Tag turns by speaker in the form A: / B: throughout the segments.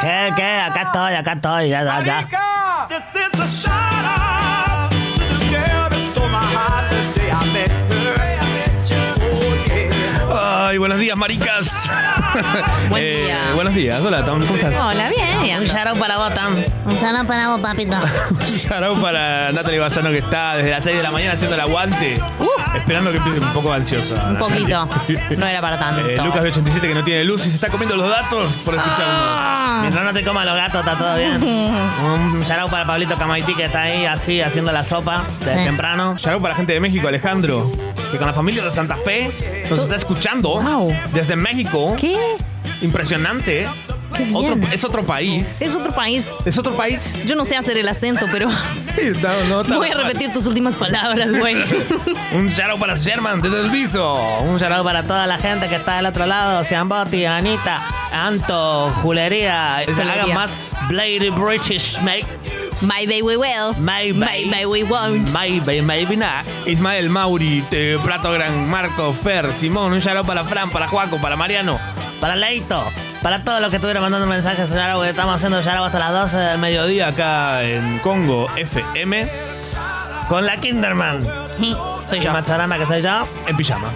A: ¿Qué, qué? Acá estoy, acá estoy. Ya, ya, ya.
B: This is a shout out to the girl that stole my heart the day I met her. Oh, yeah.
C: Ay, buenos días, maricas.
D: Buen
C: Eh,
D: día.
C: buenos días. Hola, Tom. ¿Cómo estás?
D: Hola, bien. ya.
A: Un shout out para vos, Tam.
E: Un saludo para vos, papito.
C: Un Shout-out para Natalie Bazano que está desde las 6 de la mañana haciendo el aguante. Esperando que empiece un poco ansioso.
D: Uh. Un poquito. No era para tanto.
C: Eh, Lucas de 87 que no tiene luz y se está comiendo los datos por escucharnos.
D: Ah.
A: Mientras no te coman los gatos, está todo bien. Un shout out para Pablito Camaití, que está ahí así, haciendo la sopa desde
E: Sí.
A: temprano.
C: Shout-out para la gente de México, Alejandro, que con la familia de Santa Fe nos está escuchando
D: Wow.
C: desde México.
D: ¿Qué?
C: Impresionante.
D: Qué bien.
C: Otro- es otro país.
D: Es otro país.
C: Es otro país.
D: Yo no sé hacer el acento, pero
C: No, no, está
D: voy a
C: mal.
D: repetir tus últimas palabras, güey.
C: Un shout-out para Sherman desde el piso.
A: Un saludo para toda la gente que está del otro lado, Sean Botti, Anita, Anto, Julería. Se
D: Julería.
A: hagan más Blady British, mate.
D: Maybe we will.
A: Maybe.
D: Maybe we won't.
A: Maybe, maybe not.
C: Ismael, Mauri, eh, Prato Gran, Marco, Fer, Simón. Un shout-out para Fran, para Juaco, para Mariano.
A: Para Leito, para todos los que estuvieron mandando mensajes, shout out, que estamos haciendo shout out hasta las 12 del mediodía.
C: Mediodía acá en Congo FM
A: Con la Kinderman.
D: Soy
A: Y
D: yo.
A: Machorama, que soy yo.
C: en pijama.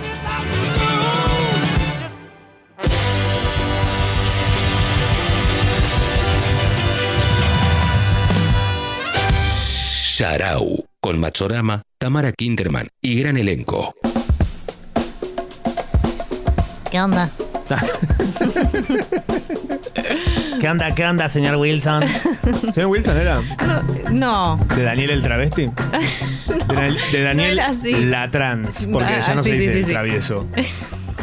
F: Sharau, con Machorama, Tamara Kinderman y gran elenco.
E: ¿Qué onda?
A: ¿Qué onda, qué onda, señor Wilson?
C: Señor Wilson era
D: No.
C: de Daniel el travesti. De, Daniel- de Daniel
D: era así.
C: la trans. Porque
D: Ah,
C: ya no
D: sí,
C: se
D: sí,
C: dice
D: sí, sí.
C: travieso.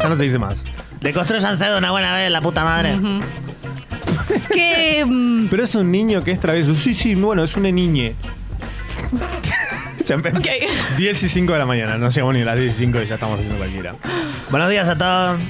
C: Ya no se dice más.
A: Deconstruyanse de una buena vez, la puta madre.
D: ¿Qué? mm,
C: Pero es un niño que es travieso. Sí, sí, bueno, es una niñe. Champe-
D: Ok.
C: 10 y 5 de la mañana, no llegamos ni a las 10 y 5 y ya estamos haciendo cualquiera.
A: Buenos días a todos.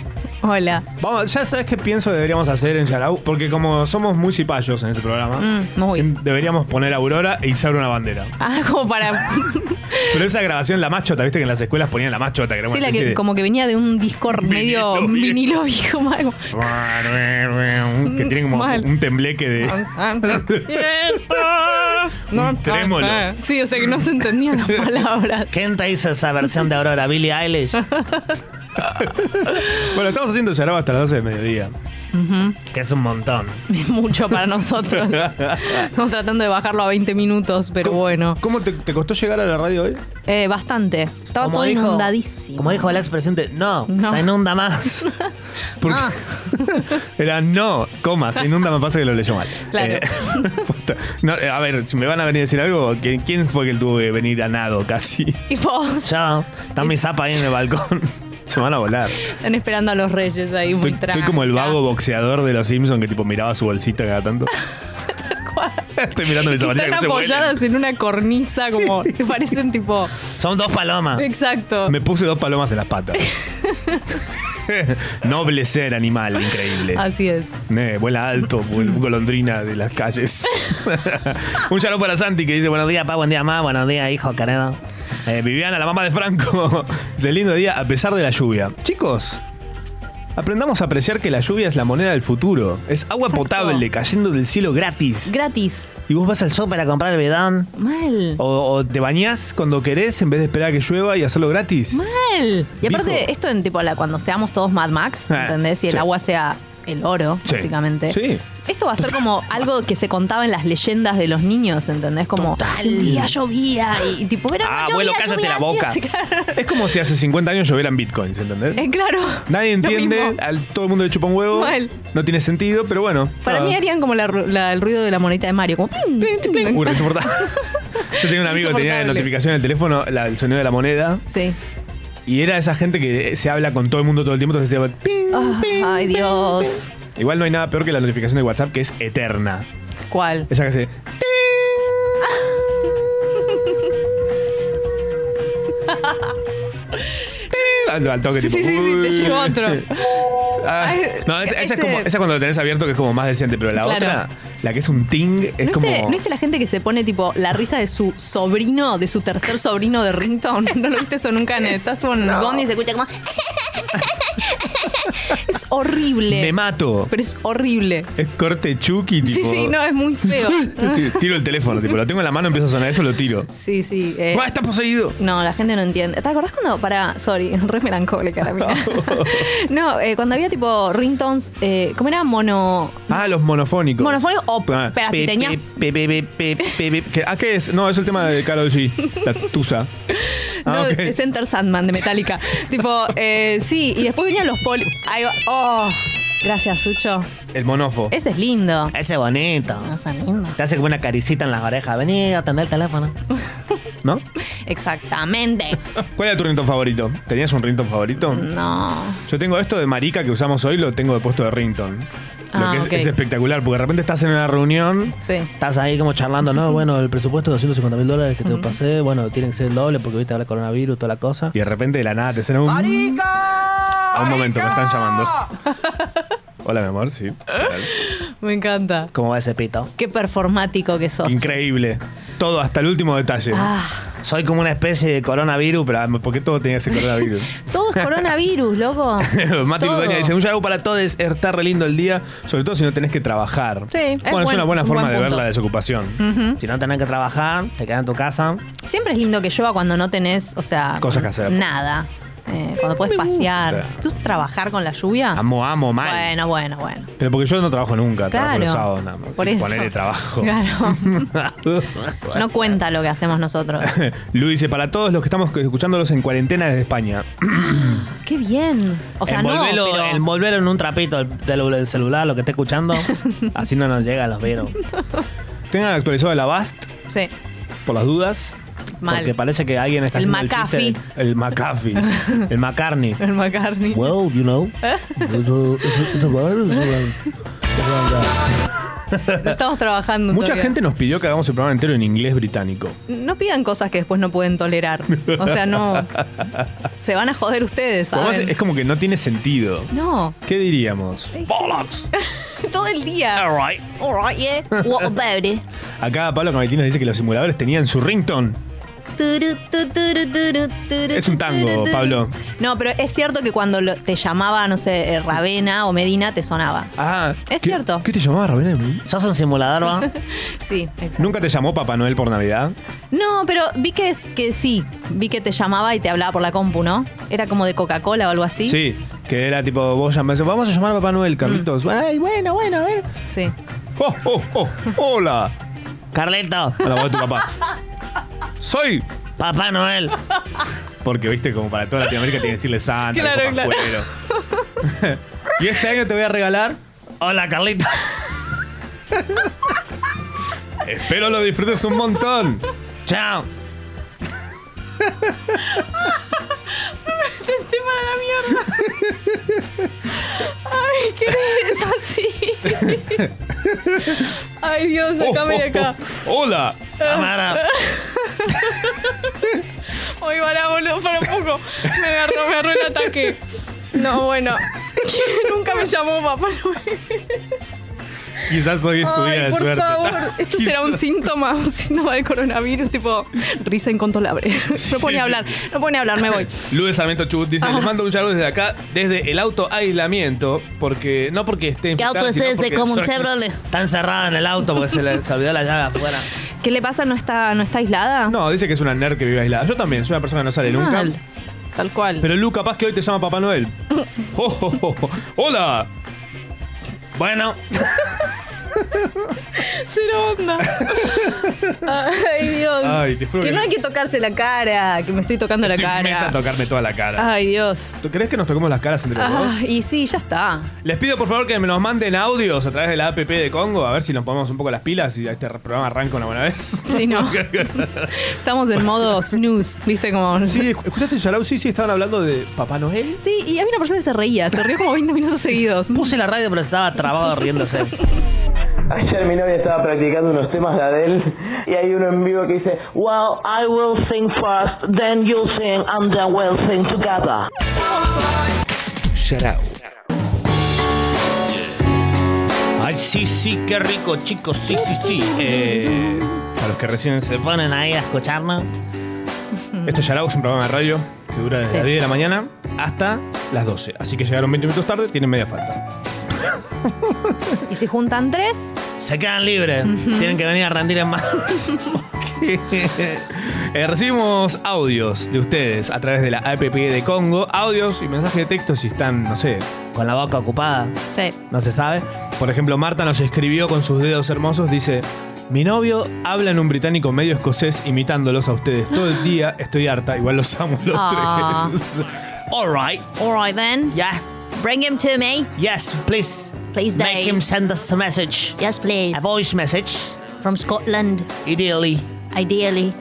D: Hola.
C: Vamos, ya sabes qué pienso que deberíamos hacer en Yarau, porque como somos muy cipayos en este programa,
D: Mm, muy.
C: siem- deberíamos poner a Aurora e izar una bandera.
D: Ah, como para.
C: Pero esa grabación, la machota, viste que en las escuelas ponían la machota, que era
D: sí,
C: una
D: la
C: especie
D: que
C: de-
D: como que venía de un disco medio
C: Vinilo viejo.
D: vinilo viejo, mago.
C: que tiene como
D: Mal.
C: un tembleque de.
D: Ah.
C: Un trémolo.
D: Sí, o sea que no se entendían las palabras.
A: ¿Quién te hizo esa versión de Aurora? ¿Billie Eilish?
C: Bueno, estamos haciendo Yarau hasta las 12 de mediodía.
A: Que es un montón.
D: Es mucho para nosotros. Estamos tratando de bajarlo a 20 minutos, pero bueno.
C: ¿Cómo te, te costó llegar a la radio hoy?
D: Eh, bastante. Estaba todo inundadísimo.
A: Como dijo el expresidente, no,
D: No.
A: se inunda más.
C: Porque era no, coma, se inunda, me pasa que lo leyó mal.
D: Claro.
C: Eh, puta. No, eh, a ver, si me van a venir a decir algo, ¿quién, quién fue que tuvo que venir a nado casi?
D: Y vos
A: Yo,
C: Está mi zapa ahí en el balcón. Se van a volar.
D: están esperando a los reyes ahí muy
C: Estoy, estoy como el vago boxeador de los Simpsons que tipo miraba su bolsita cada tanto. Estoy mirando mis zapatillas
D: Están
C: que no se vuelen.
D: apoyadas en una cornisa, como te parecen tipo.
A: son dos palomas.
D: Exacto.
C: Ah. Me puse dos palomas en las patas. Noble ser animal, increíble.
D: Así es.
C: Eh, vuela alto, vuel- golondrina de las calles. Un saludo para Santi que dice buenos días,
A: Pa, buen día, más, buenos días, hijo, querido.
C: Eh, Viviana, la mamá de Franco. Es el lindo día a pesar de la lluvia. Chicos, aprendamos a apreciar que la lluvia es la moneda del futuro. Es agua
D: Exacto.
C: potable cayendo del cielo gratis.
D: Gratis.
A: ¿Y vos vas al súper a comprar el bidón?
D: Mal.
C: O, o te bañás cuando querés en vez de esperar a que llueva y hacerlo gratis.
D: Mal. Y aparte,
C: Dijo.
D: esto en tipo la, cuando seamos todos Mad Max,
C: Ah,
D: ¿entendés? Y el
C: sí.
D: agua sea el oro,
C: Sí.
D: básicamente.
C: Sí.
D: Esto va a ser como algo que se contaba en las leyendas de los niños, ¿entendés? Como el día llovía y, y tipo, era
C: Ah, abuelo, cállate la boca. Es como si hace 50 años llovieran bitcoins, ¿entendés?
D: Eh, claro.
C: Nadie
D: lo
C: entiende,
D: mismo.
C: al, todo el mundo le chupa un huevo.
D: Mal.
C: No tiene sentido, pero bueno.
D: Para
C: nada.
D: mí harían como la ru- la- el ruido de la monedita de Mario. Como, pling, pling.
C: Uy, re insoportable. Yo tenía un amigo que tenía
D: Insoportable.
C: notificación en el teléfono, la- el sonido de la moneda,
D: Sí.
C: Y era esa gente que se habla con todo el mundo todo el tiempo, entonces te va, ping,
D: Ah,
C: ping,
D: ay,
C: ping,
D: Dios.
C: ping. Igual no hay nada peor que la notificación de WhatsApp que es eterna.
D: ¿Cuál?
C: Esa que hace. ting. Al, al toque,
D: Sí,
C: tipo,
D: sí, sí, sí, te
C: uy.
D: llegó otro.
C: Ah,
D: Ay,
C: no, esa, esa
D: ese-
C: es como, esa cuando lo tenés abierto que es como más decente, pero la
D: Claro.
C: otra, la que es un ting, es
D: ¿No,
C: como.
D: viste, no viste la gente que se pone tipo la risa de su sobrino, de su tercer sobrino de Rington? ¿No lo viste eso nunca? En, estás con Gondi y se escucha como... es horrible.
C: me mato.
D: Pero es horrible.
C: Es corte chucky, tipo.
D: Sí, sí, no, es muy feo.
C: Ti- Tiro el teléfono, tipo, lo tengo en la mano, empieza a sonar eso, lo tiro.
D: Sí, sí. eh,
C: ¡Ah, está poseído!
D: No, la gente no entiende. ¿Te acordás cuando, para, sorry, re melancólica la mina. no, eh, cuando había tipo ringtones, eh, ¿cómo era? Mono...
C: Ah, los monofónicos.
D: Monofónico oh, o
C: Ah, pe-
D: pedaciteña.
C: pe- pe- pe- pe- pe- pe- ¿Qué- ah, ¿qué es? No, es el tema de Karol G, la tusa. Ah,
D: No,
C: ok.
D: es Enter Sandman de Metallica. tipo, eh, sí, y después venían los poli. Ahí va. Oh, gracias, Sucho.
C: El monofo.
D: Ese es lindo.
A: Ese bonito.
E: No son lindos.
A: Te hace como una caricita en las orejas. Vení a atender el teléfono.
C: ¿No?
D: Exactamente.
C: ¿Cuál era tu ringtone favorito? ¿Tenías un ringtone favorito?
D: Mm. No.
C: Yo tengo esto de marica que usamos hoy, lo tengo de puesto de ringtone. Lo
D: Ah,
C: que es,
D: ok.
C: es espectacular, porque de repente estás en una reunión.
D: Sí.
A: Estás ahí como charlando, no, bueno, el presupuesto de 250 mil dólares que te pasé, bueno, tiene que ser el doble porque viste ahora el coronavirus, toda la cosa.
C: Y de repente de la nada te suena un. A un momento, me están llamando. Hola, mi amor, sí. ¿qué tal?
D: Me encanta.
A: ¿Cómo va ese pito?
D: Qué performático que sos.
C: Increíble. Todo, hasta el último detalle.
D: Ah,
A: Soy como una especie de coronavirus, pero...
C: Pero, ¿por qué todo tenía ese coronavirus?
D: todo es coronavirus, loco.
C: Mati
D: Todo.
C: Ludueña dice, "Uh". un yago para todos, está re lindo el día, sobre todo si no tenés que trabajar.
D: Sí, es
C: bueno, es,
D: buen-
C: una buena
D: un
C: forma
D: buen
C: de ver
D: punto.
C: la desocupación.
A: Si no tenés que trabajar, te quedas en tu casa.
D: Siempre es lindo que llueva cuando no tenés, o sea,
C: Cosas que hacer.
D: Nada. Eh, cuando puedes pasear.
C: gusta.
D: ¿Tú trabajar con la lluvia?
C: Ah. Amo, amo, mal.
D: Bueno, bueno, bueno.
C: Pero porque yo no trabajo nunca, trabajo
D: Claro.
C: los sábados nada más.
D: Por eso.
C: Ponerle trabajo.
D: Claro. No cuenta lo que hacemos nosotros.
C: Lu dice, para todos los que estamos escuchándolos en cuarentena desde España.
D: Qué bien. O sea,
A: envolvelo,
D: no, pero...
A: envolvelo en un trapito el, del- del celular, lo que esté escuchando. así no nos llega a los virus.
C: Tengan actualizado el Avast,
D: Sí,
C: por las dudas.
D: mal.
A: Porque parece que alguien está
D: El
A: haciendo
D: McAfee.
A: el chiste. El McAfee. el McCartney.
D: El McCartney.
A: Well, you know. it's a- it's a- it's a bar, it's a- it's a-
D: Lo estamos trabajando
C: Mucha
D: todavía.
C: gente nos pidió que hagamos el programa entero en inglés británico.
D: No pidan cosas que después no pueden tolerar. O sea, no... Se van a joder ustedes,
C: Porque Además,
D: ¿saben?
C: es como que no tiene sentido.
D: No,
C: ¿Qué diríamos?
A: Bollocks.
D: todo el día.
A: All right.
D: All right, yeah. What about it?
C: Acá Pablo Cametín nos dice que los simuladores tenían su ringtone.
E: Turu, tu, turu, turu, turu,
C: Es un
E: turu,
C: tango,
E: turu.
C: Pablo.
D: No, pero es cierto que cuando lo- te llamaba, no sé, eh, Ravena o Medina, te sonaba.
C: Ah,
D: Es
C: ¿qué-
D: cierto.
C: ¿Qué te llamaba, Rubén?
A: ¿Sos un simulador, va?
D: Sí, exacto.
C: ¿Nunca te llamó Papá Noel por Navidad?
D: No, pero vi que, es, que sí, vi que te llamaba y te hablaba por la compu, ¿no? Era como de Coca-Cola o algo así.
C: Sí. Que era tipo, vos llamás, vamos a llamar a Papá Noel, Carlitos. Ay, bueno, bueno, a ver.
D: Sí.
C: ¡Oh, oh, oh! ¡Hola!
A: Carlito,
C: A la voz de tu papá. Soy.
A: Papá Noel.
C: Porque, viste, como para toda Latinoamérica tiene que decirle Santa,
D: Claro,
C: Papá
D: claro.
C: Cuero. y este año te voy a regalar.
A: Hola, Carlito.
C: Espero lo disfrutes un montón.
A: Chao.
D: Te para la mierda. Ay, ¿qué es así? Ay, Dios,
C: Oh,
D: sacame de
C: oh,
D: acá.
C: oh, ¡Hola!
A: Tamara.
D: Ay, para, boludo, para un poco. Me agarró, me agarró el ataque. No, bueno. Nunca me llamó papá Noel.
C: Quizás hoy es tu día
D: Ay,
C: de
D: por
C: suerte.
D: favor. Esto será un síntoma, un síntoma del coronavirus, tipo risa incontrolable. No pone a hablar, no pone a hablar, me voy.
C: Lu de Sarmiento Chubut dice, les mando un saludo desde acá, desde el auto aislamiento, porque no porque esté
E: ¿Qué auto es ese? Como un Chevrolet.
A: Está encerrada en el auto porque se le se olvidó la llave afuera.
D: ¿Qué le pasa? ¿No está, no está aislada?
C: No, dice que es una nerd que vive aislada. Yo también, soy una persona que no sale nunca.
D: Mal. Tal cual.
C: Pero Lu, capaz que hoy te llama Papá Noel. Oh, oh, oh, oh. ¡Hola!
A: Bueno,
D: Cero onda. Ay, Dios.
C: Ay, te juro
D: que
C: que-
D: no hay que tocarse la cara, que me estoy tocando la
C: Estoy meta a
D: cara.
C: tocarme toda la
E: Ah.
C: cara.
D: Ay, Dios.
C: ¿Tú crees que nos toquemos las caras entre los dos?
D: Ah, y sí, ya está.
C: Les pido por favor que me nos manden audios a través de la app de Congo, a ver si nos ponemos un poco las pilas y a este programa arranca una buena vez.
D: Sí, no. Estamos en modo snooze, ¿viste? Como...
C: Sí, escu- ¿escuchaste Yarau? Sí, sí, estaban hablando de Papá Noel.
D: Sí, y había una persona que se reía, se rió como 20 minutos seguidos.
A: puse la radio pero estaba trabado riéndose.
G: Ayer mi novia estaba practicando unos temas de Adele y hay uno en vivo que dice Well, I will sing first, then you sing, and then we'll sing together.
F: Sharau.
A: Ay, sí, sí, qué rico, chicos. Sí, sí, sí.
C: Eh, a los que recién se...
A: Se ponen ahí a escucharnos.
C: Esto es Yarao, es un programa de radio que dura desde
D: Sí.
C: las 10 de la mañana hasta las 12. Así que llegaron 20 minutos tarde, tienen media falta.
D: Y si juntan tres,
A: Se quedan libres. Tienen que venir a rendir en más.
C: Eh, recibimos audios de ustedes a través de la app de Congo. Audios y mensajes de texto si están, no sé,
A: Con la boca ocupada.
D: sí.
A: No se sabe.
C: Por ejemplo, Marta nos escribió con sus dedos hermosos, dice, mi novio habla en un británico medio escocés imitándolos a ustedes todo el día, estoy harta, igual los amo los
D: Ah.
C: tres.
A: All right.
E: Alright then.
A: Yeah.
E: Bring him to me.
A: Yes, please.
E: Please
A: Make
E: Dave.
A: him send us a message.
E: Yes, please.
A: A voice message.
E: From Scotland,
A: Ideally.
E: ideally.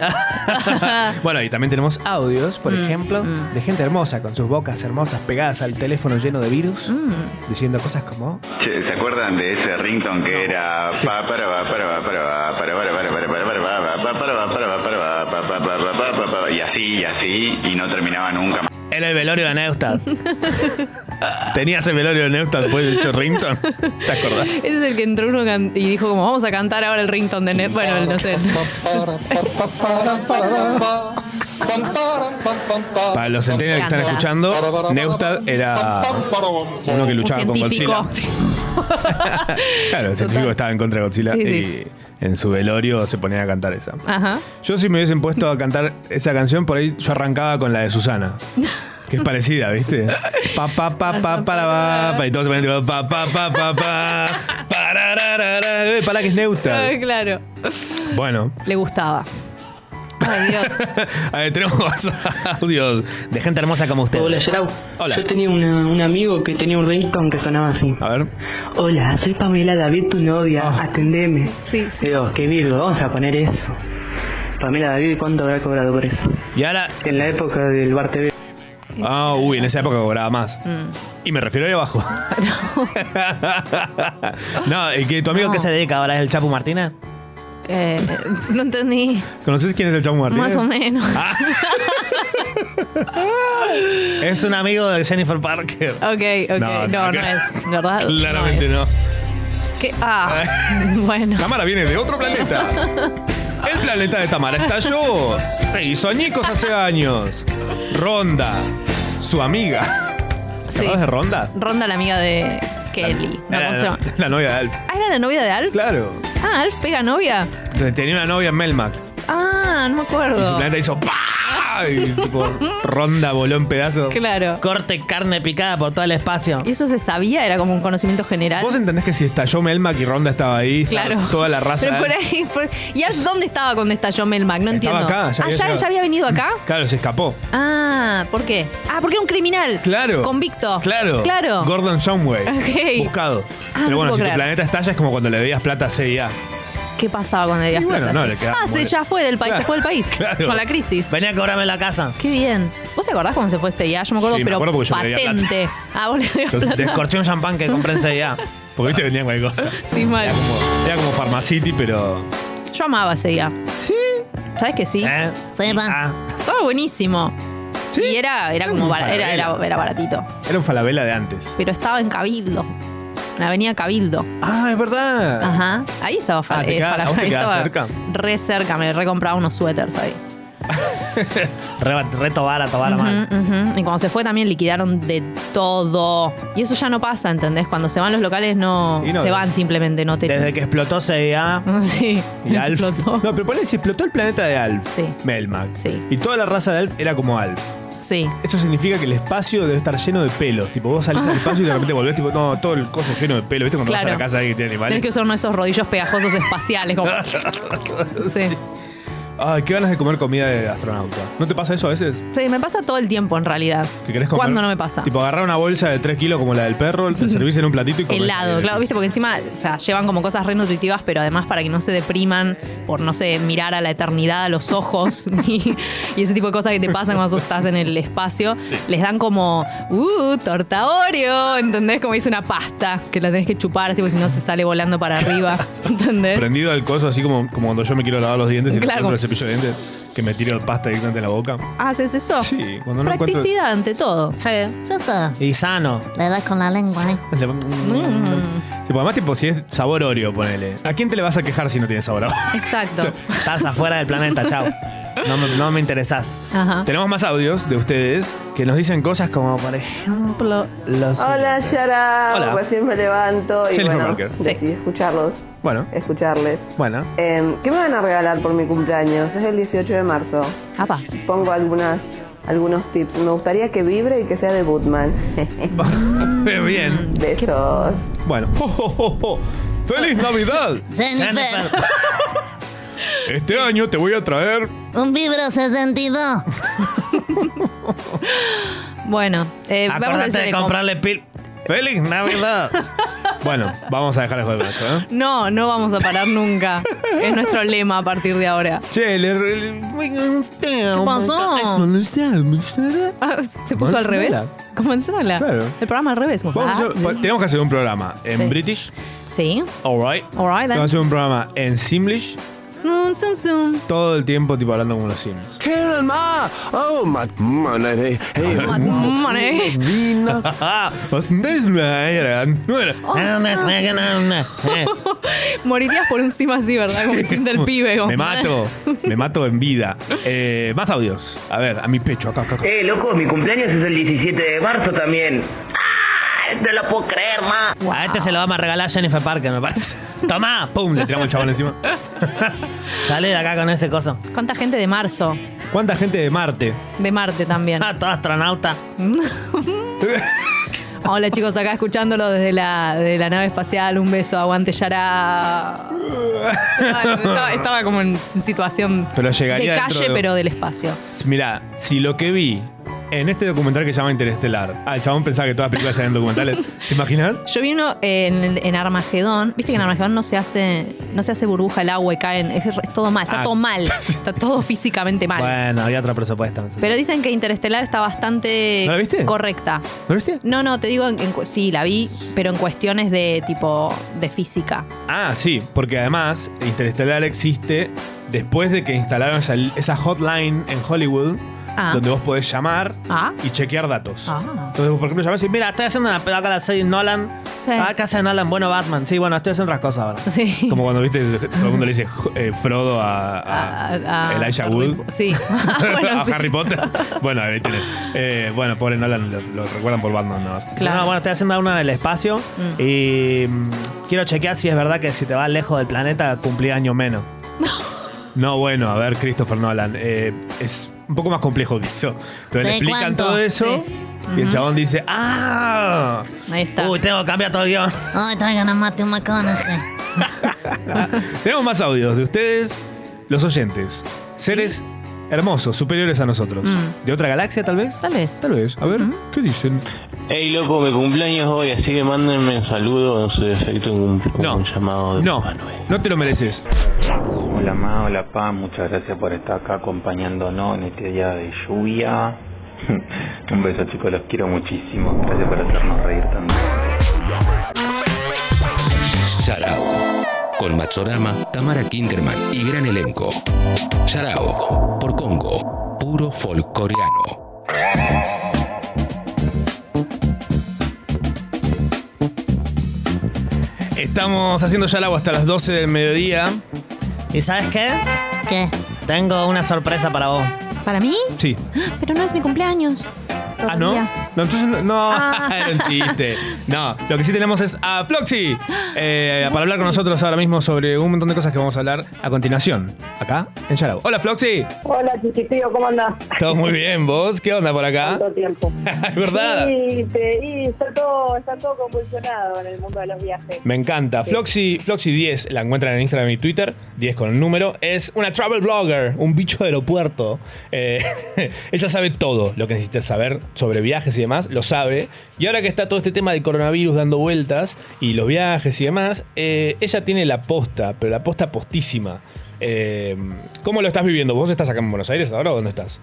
C: bueno, y también tenemos audios, por
D: Mm,
C: ejemplo, de gente hermosa con sus bocas hermosas pegadas al teléfono lleno de virus,
D: Mm.
C: diciendo cosas como...
H: Che, ¿Se acuerdan de ese rington que era pa para va para va para va para va para va para va para va para va para va para va pa pa para va para va para va y así y así y no terminaba nunca más?
A: Era el velorio de Neustad.
C: ¿Tenías el velorio de Neustad después del chorrington? ¿Te acordás?
D: Ese es el que entró uno can- y dijo como vamos a cantar ahora el ringtone de Net. Bueno, el- no sé.
C: Para los centenarios que están
D: Canta.
C: escuchando, Neustad era uno que luchaba con Godzilla.
D: Sí.
C: Claro, el científico estaba en contra de Godzilla
D: Sí,
C: y
D: sí.
C: en su velorio se ponía a cantar esa.
D: Ajá.
C: Yo si me hubiesen puesto a cantar esa canción, por ahí yo arrancaba con la de Susana. Que es parecida, ¿viste? Pa pa pa pa para pa, pa y todos se ponen tipo, pa pa pa pa pa parararara, eh, para que es neutra.
D: Ah, claro.
C: Bueno,
D: Le gustaba. Ay, Dios.
C: a ver, tenemos audios de gente hermosa como usted.
I: Hola, Gerau.
C: Hola.
I: Yo tenía una- un amigo que tenía un ringtone que sonaba así.
C: A ver.
I: Hola, soy Pamela David, tu novia.
C: Ah.
I: Atendeme.
D: Sí, sí.
I: Digo, qué virgo, vamos a poner eso. Pamela David, ¿cuánto habrá cobrado por eso?
C: Y ahora,
I: En la época del Bar TV.
C: ah, uy, en esa época cobraba más. Y me refiero ahí abajo. No, y que tu amigo
A: ¿Amigo
C: que
A: qué se
C: se
A: dedica ahora? ¿Es el Chapu Martínez?
D: Eh, no entendí.
C: ¿Conoces quién es el Chavo Martínez?
D: Más o menos.
A: Es un amigo de Jennifer Parker.
D: Ok,
C: No,
D: ok.
C: no,
D: No, no,
C: acá-
D: es. ¿Verdad? No
C: Claramente
D: es.
C: no.
D: ¿Qué? Ah, bueno.
C: Tamara viene de otro planeta. El planeta de Tamara estalló. Se hizo añicos hace años. Ronda, su amiga. ¿Te
D: Sí.
C: acordás de Ronda?
D: Ronda la amiga de Kelly. Ah, No,
C: Era
D: ¿cómo se
C: la,
D: llama?
C: la novia de Alf.
D: Ah, era la novia de Alf.
C: Claro.
D: Ah, Alf pega novia.
C: Entonces, tenía una novia en Melmac.
D: Ah, no me
C: Y su
D: acuerdo.
C: planeta hizo ¡pah! Y tipo, Ronda voló en pedazos.
D: Claro.
A: Corte carne picada por todo el espacio.
D: ¿Y eso se sabía? ¿Era como un conocimiento general?
C: ¿Vos entendés que si estalló Melmac y Ronda estaba ahí?
D: Claro.
C: Toda la raza.
D: Pero
C: de
D: por
C: Alf?
D: ahí. por- ¿Y Alf dónde estaba cuando estalló Melmac? No
C: Estaba
D: entiendo.
C: acá, ya
D: ah,
C: había
D: ya,
C: llegado.
D: ya había venido acá.
C: Claro, se escapó.
D: Ah, ¿por qué? Ah, porque era un criminal.
C: Claro.
D: Convicto.
C: Claro.
D: Claro.
C: Gordon Shumway.
D: Ok.
C: Buscado.
D: Ah, no
C: Pero bueno,
D: puedo
C: si tu
D: creer.
C: planeta estalla es como cuando le veías plata a CIA.
D: ¿Qué pasaba cuando había
C: Y bueno, no, le quedaba
D: Ah, se
C: muerto.
D: ya fue del país,
C: Claro.
D: se fue del país.
C: Claro.
D: Con la crisis.
A: Venía a cobrarme la casa.
D: Qué bien. ¿Vos te acordás cuando se fue ese Yo me acuerdo,
C: Sí, me
D: pero
C: acuerdo porque yo le debía
D: patente. Ah, vos le debías
C: Entonces,
D: plata.
A: Descorché un champán que compré enseguida.
C: Porque viste vendían cualquier cosa.
D: Sí, mal.
C: Era como, era como Pharmacity, pero.
D: Yo amaba ese día. Sí. ¿Sabés que sí?
A: ¿Eh?
E: Sepa.
A: Ah,
D: Estaba buenísimo.
C: Sí.
D: Y era, era como
C: un
D: bar- era,
C: farabela.
D: era- era baratito.
C: Era un falabella de antes.
D: Pero estaba en Cabildo. En la avenida Cabildo.
C: Ah, es verdad.
D: Ajá. Ahí estaba fa-
C: Ah, te
D: eh,
C: queda-
D: Falabella.
C: ¿a vos te queda
D: Estaba
C: cerca?
D: Re cerca, me recompraba unos suéteres ahí.
A: re, re tobara, tobara mal.
D: Ujú, ujú. Y cuando se fue también liquidaron de todo. Y eso ya no pasa, ¿entendés? Cuando se van los locales no,
C: Y no,
D: se van simplemente, no te...
A: Desde que explotó CIA,
D: Sí.
C: Y Alf.
D: Mm. Explotó.
C: No, pero ponele, si explotó el planeta de Alf.
D: Sí.
C: Melmac.
D: Sí.
C: Y toda la raza de Alf era como Alf.
D: Sí.
C: Esto significa que el espacio debe estar lleno de pelos. Tipo, vos salís al espacio y de repente volvés, tipo, no, todo el coso lleno de pelo. ¿Viste cuando
D: Claro.
C: vas a la casa ahí que tiene animales?
D: Tenés que usar uno de esos rodillos pegajosos espaciales. Como... sí.
C: Ay, qué ganas de comer comida de astronauta. ¿No te pasa eso a veces?
D: Sí, me pasa todo el tiempo en realidad.
C: ¿Que querés comer?
D: ¿Cuándo no me pasa?
C: Tipo, agarrar una bolsa de 3 kilos como la del perro, te servís en un platito y comés.
D: Helado,
C: Eh,
D: claro, viste, porque encima, o sea, llevan como cosas re nutritivas, pero además para que no se depriman por, no sé, mirar a la eternidad a los ojos y, y ese tipo de cosas que te pasan cuando sos- estás en el espacio, les dan como, uh, torta Oreo, ¿entendés? Como dice una pasta que la tenés que chupar, tipo, si no se sale volando para arriba, ¿entendés?
C: Prendido al coso, así como, como cuando yo me quiero lavar los dientes y
D: Claro.
C: no encuentro el cepillo de dientes, que me tiro pasta directamente en la boca.
D: ¿Haces eso?
C: Sí, cuando no encuentro-
D: Practicidad ante todo. Ah.
E: Ya está.
A: y sano.
E: Le das con la lengua, eh.
C: Le-
D: Mm.
C: Sí, Tipo, además, tipo, si es sabor Oreo, ponele. ¿A quién te le vas a quejar si no tiene sabor a Oreo?
D: Exacto.
A: Estás afuera del planeta, chao. No me, no me interesás.
D: Ajá.
C: Tenemos más audios de ustedes que nos dicen cosas como, por ejemplo, los.
J: Hola Shara,
C: Hola.
J: recién me levanto y
C: Jennifer
J: bueno,
C: Walker.
J: decidí escucharlos,
C: Bueno,
J: escucharles.
C: bueno.
J: Em, ¿Qué me van a regalar por mi cumpleaños? Es el 18 de marzo.
D: Apa.
J: Pongo algunas, algunos tips. Me gustaría que vibre y que sea de Bootman.
C: Bien.
J: Besos.
C: Bueno. ¡Oh, oh, oh, oh! ¡Feliz Navidad!
E: Jennifer,
C: Este año te voy a traer.
E: un vibro 62.
D: Bueno, eh, vamos a
A: Acordate
D: hacer
A: de
D: el com-
A: comprarle pil. ¡Feliz Navidad!
C: Bueno, vamos a dejar el juego de macho, ¿eh?
D: No, no vamos a parar nunca. es nuestro lema a partir de ahora.
C: Che, le. ¿Qué
D: pasó? Ah, ¿Se puso al revés?
C: Manzanela.
D: Con manzanela.
C: Claro.
D: El programa al revés. como-
C: Vamos a
D: Ah,
C: hacer- pa- tenemos que hacer un programa en
D: Sí.
C: British,
D: Sí.
C: alright. Tenemos que
D: Alright then.
C: hacer un programa en Simlish,
D: Mm, zum, zum.
C: todo el tiempo tipo hablando como los Sims.
D: Money.
C: Os-
D: Oh,
A: No, no, no, no, no. Eh,
D: Morirías por un sim así, ¿verdad? Como siente el pibe. como-
C: Me mato, me mato en vida. Eh, más audios. A ver, a mi pecho, acá, acá. acá.
G: Eh, loco, mi cumpleaños es el 17 de marzo también. ¡Ah! No lo puedo creer, ma.
A: A este se lo vamos a regalar Jennifer Parker, me parece. Tomá, pum,
C: Le
A: le
C: tiramos el chabón encima.
A: Sale de acá con ese coso.
D: ¿Cuánta gente de marzo?
C: ¿Cuánta gente de Marte?
D: De Marte también.
A: Ah, todo astronauta.
D: Hola chicos, acá escuchándolo desde la, de la nave espacial. Un beso, aguante Yara. Bueno, estaba, estaba como en situación
C: Pero llegaría
D: de
C: dentro
D: calle,
C: de-
D: pero del espacio.
C: Mirá, si lo que vi en este documental que se llama Interestelar. Ah, el chabón pensaba que todas las películas eran documentales. ¿Te imaginas?
D: Yo vi uno en, en Armagedón. Viste que en Armagedón no se hace, no se hace burbuja el agua y caen. Es, es todo mal, está
C: Ah.
D: todo mal. Está todo físicamente mal.
A: Bueno, había otro presupuesto.
D: Pero dicen que Interestelar está bastante
C: ¿No la viste?
D: correcta.
C: ¿No viste?
D: No, no, te digo, en- en cu- sí, la vi, pero en cuestiones de tipo de física.
C: Ah, sí, porque además Interestelar existe después de que instalaron esa, esa hotline en Hollywood
D: Ah.
C: donde vos podés llamar
D: Ah.
C: y chequear datos.
D: Ah.
C: Entonces vos, por ejemplo, llamás y
A: Mira, estoy haciendo una película de serie Nolan.
D: Sí.
A: Ah, casa de Nolan, bueno, Batman. Sí, bueno, estoy haciendo otras cosas ahora.
D: Sí.
C: como cuando viste, todo el mundo le dice jo- eh, Frodo a, a-
D: A- a-
C: ah, Elijah
D: Harry
C: Wood.
D: Po- Ah, Sí. Ah,
C: a
D: bueno, sí.
C: Harry Potter. bueno, ahí tenés. Eh, bueno, pobre Nolan, lo, lo recuerdan por Batman nada más.
D: Claro.
A: No, bueno, estoy haciendo una del espacio y mm, quiero chequear si es verdad que si te vas lejos del planeta cumplí año menos.
C: No, bueno, a ver, Christopher Nolan. eh, es un poco más complejo que eso. Entonces le
E: ¿Sabe
C: explican
E: cuánto?
C: todo eso
D: Sí.
C: y el chabón dice, ¡ah!
D: Ahí está.
A: Uy, tengo que cambiar todo el guión.
E: Ay, traigan a Matthew McConaughey.
C: Tenemos más audios de ustedes, los oyentes. Seres hermosos, superiores a nosotros.
E: Mm.
C: ¿De otra galaxia, tal vez?
D: Tal vez.
C: Tal vez. A ver, ¿qué dicen?
K: Hey loco, mi cumpleaños hoy, así que mándenme saludos en su defecto un,
C: No.
K: llamado de
C: No, no te lo mereces.
K: Hola Ma, hola Pa, muchas gracias por estar acá acompañándonos en este día de lluvia. un beso chicos, los quiero muchísimo. Gracias por hacernos reír tanto.
F: Yarao. Con Machorama, Tamara Kinderman y gran elenco. Yarao. Por Congo. Puro folk coreano.
C: Estamos haciendo ya el agua hasta las 12 del mediodía.
A: ¿Y sabes qué?
E: ¿Qué?
A: Tengo una sorpresa para vos.
D: ¿Para mí?
C: Sí.
D: Pero no es mi cumpleaños.
C: Ah, ¿no?
D: Todavía.
C: No, entonces no. no, era un chiste. No, lo que sí tenemos es a Floxy eh, para hablar con nosotros ahora mismo sobre un montón de cosas que vamos a hablar a continuación, acá en Yarao. Hola, Floxy.
J: Hola chiquitío, ¿cómo andás?
C: Todo muy bien, vos. ¿Qué onda por acá?
J: Tanto tiempo.
C: Es verdad.
J: Sí, te- y está todo, está todo convulsionado en el mundo de los viajes.
C: Me encanta. Floxy, Floxy 10, la encuentran en Instagram y Twitter, 10 con el número. Es una travel blogger, un bicho de aeropuerto. Eh, ella sabe todo lo que necesitas saber sobre viajes y demás, lo sabe. Y ahora que está todo este tema del coronavirus dando vueltas y los viajes y demás, eh, ella tiene la posta, pero la posta postísima. Eh, ¿Cómo lo estás viviendo? ¿Vos estás acá en Buenos Aires ahora o dónde estás?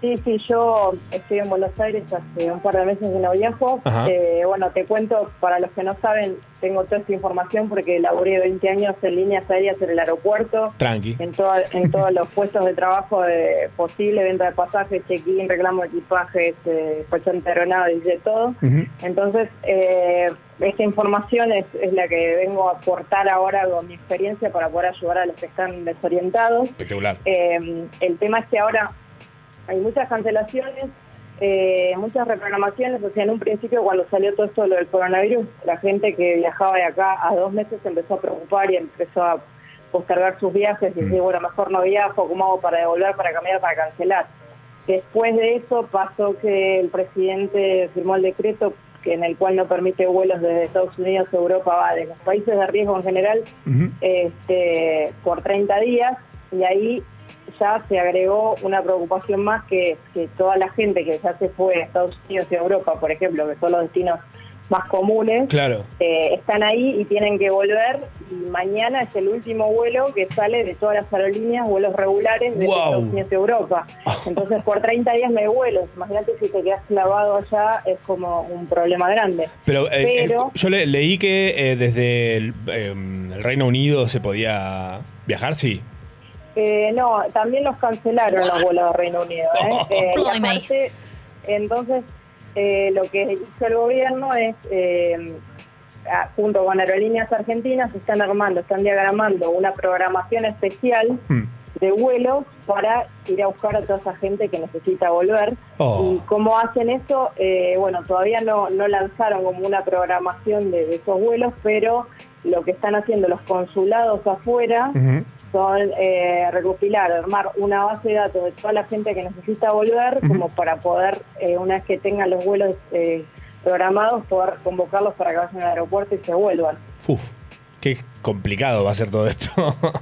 L: Sí, sí, yo estoy en Buenos Aires hace un par de meses que no viajo.
M: Ajá.
L: Eh, bueno, te cuento, para los que no saben, tengo toda esta información porque laburé 20 años en líneas aéreas en el aeropuerto.
C: Tranqui.
L: En, toda- en todos los puestos de trabajo de posible, venta de pasajes, check-in, reclamo de equipajes, eh, colchón taronado y de todo. Entonces, eh, esta información es, es la que vengo a aportar ahora con mi experiencia para poder ayudar a los que están desorientados.
C: Espectacular.
L: Eh, el tema es que ahora hay muchas cancelaciones, eh, muchas reprogramaciones. O sea, en un principio, cuando salió todo esto de lo del coronavirus, la gente que viajaba de acá a dos meses se empezó a preocupar y empezó a postergar sus viajes y decir, bueno, mejor no viajo, ¿cómo hago para devolver, para cambiar, para cancelar? Después de eso pasó que el presidente firmó el decreto que- en el cual no permite vuelos desde Estados Unidos, Europa, va de los países de riesgo en general, este, por 30 días y ahí ya se agregó una preocupación más que, que toda la gente que ya se fue a Estados Unidos y a Europa, por ejemplo, que son los destinos más comunes,
C: Claro.
L: eh, están ahí y tienen que volver y mañana es el último vuelo que sale de todas las aerolíneas, vuelos regulares de
C: Wow.
L: Estados Unidos y Europa. Entonces por 30 días no hay vuelos, imagínate si te quedas clavado allá es como un problema grande.
C: Pero, eh,
L: Pero-
C: eh, yo le- leí que eh, desde el, eh, el Reino Unido se podía viajar, sí.
L: Eh, no, también los cancelaron los vuelos de Reino Unido. ¿eh? Eh, y aparte, entonces, eh, lo que hizo el gobierno es, eh, a- junto con Aerolíneas Argentinas, están armando, están diagramando una programación especial de vuelos para ir a buscar a toda esa gente que necesita volver.
C: Oh.
L: ¿Y cómo hacen eso? Eh, bueno, todavía no, no lanzaron como una programación de, de esos vuelos, pero lo que están haciendo los consulados afuera
B: Ujú.
L: son eh, recopilar, armar una base de datos de toda la gente que necesita volver, como para poder, eh, una vez que tengan los vuelos eh, programados, poder convocarlos para que vayan al aeropuerto y se vuelvan.
C: Uf, qué complicado va a ser todo esto.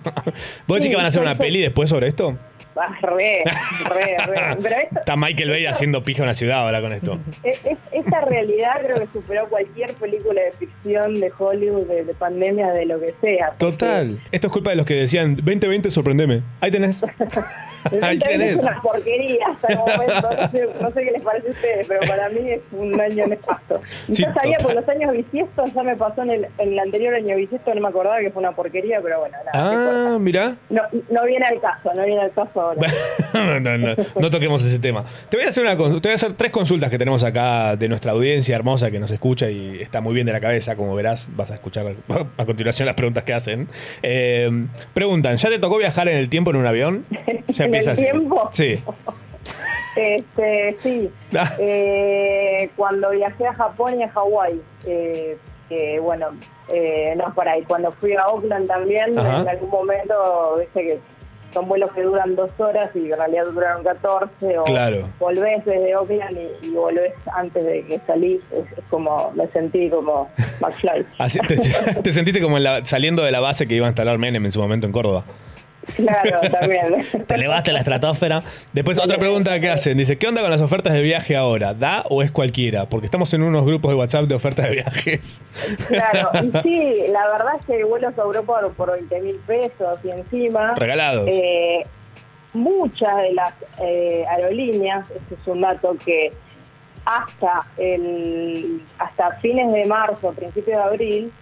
C: ¿Vos decís
L: Sí,
C: que van a hacer una
L: entonces-
C: peli después sobre esto?
L: Ah, re, re, re. Pero esto-
C: Está Michael Bay haciendo pija una ciudad ahora con esto.
L: Es- es- Esta realidad creo que superó cualquier película de ficción, de Hollywood, de, de pandemia, de lo que sea.
C: Total. Esto es culpa de los que decían 2020 sorprendeme. Ahí tenés. Ahí
L: Entonces,
C: tenés.
L: es una porquería hasta el momento. No sé, no sé qué les parece a ustedes, pero para mí es un año nefasto. Yo
C: Sí,
L: sabía por
C: total.
L: los años bisiestos, ya me pasó en el, en el anterior año bisiesto, no me acordaba que fue una porquería, pero bueno, nada.
C: Ah, mirá.
L: No, no viene al caso, no viene al caso ahora.
C: no, no, no, no toquemos ese tema. Te voy, a hacer una, cons- te voy a hacer tres consultas que tenemos acá de nuestra audiencia hermosa que nos escucha y está muy bien de la cabeza, como verás, vas a escuchar a continuación las preguntas que hacen. Eh, preguntan, ¿ya te tocó viajar en el tiempo en un avión? Ya
L: ¿En el
C: así.
L: tiempo?
C: Sí.
L: Este, sí. Eh, cuando viajé a Japón y a Hawái, eh, que, bueno, eh, no para ahí. Cuando fui a Oakland también,
B: Ajá.
L: en algún momento, viste que son vuelos que duran dos horas y en realidad duraron 14. O
B: Claro.
L: Volvés desde Oakland y, y volvés antes de que salís. Es, es como, me sentí como McFly.
C: Así- te, te sentiste como en la- saliendo de la base que iba a instalar Menem en su momento en Córdoba.
L: Claro, también.
C: Te elevaste a la estratosfera. Después otra pregunta que hacen. Dice, ¿qué onda con las ofertas de viaje ahora? ¿Da o es cualquiera? Porque estamos en unos grupos de WhatsApp de ofertas de viajes.
L: Claro, y sí, la verdad es que vuelos a Europa por- por 20 mil pesos y encima...
C: Regalados.
L: Ah, eh, muchas de las eh, aerolíneas, este es un dato que hasta, el, hasta fines de marzo, principios de abril,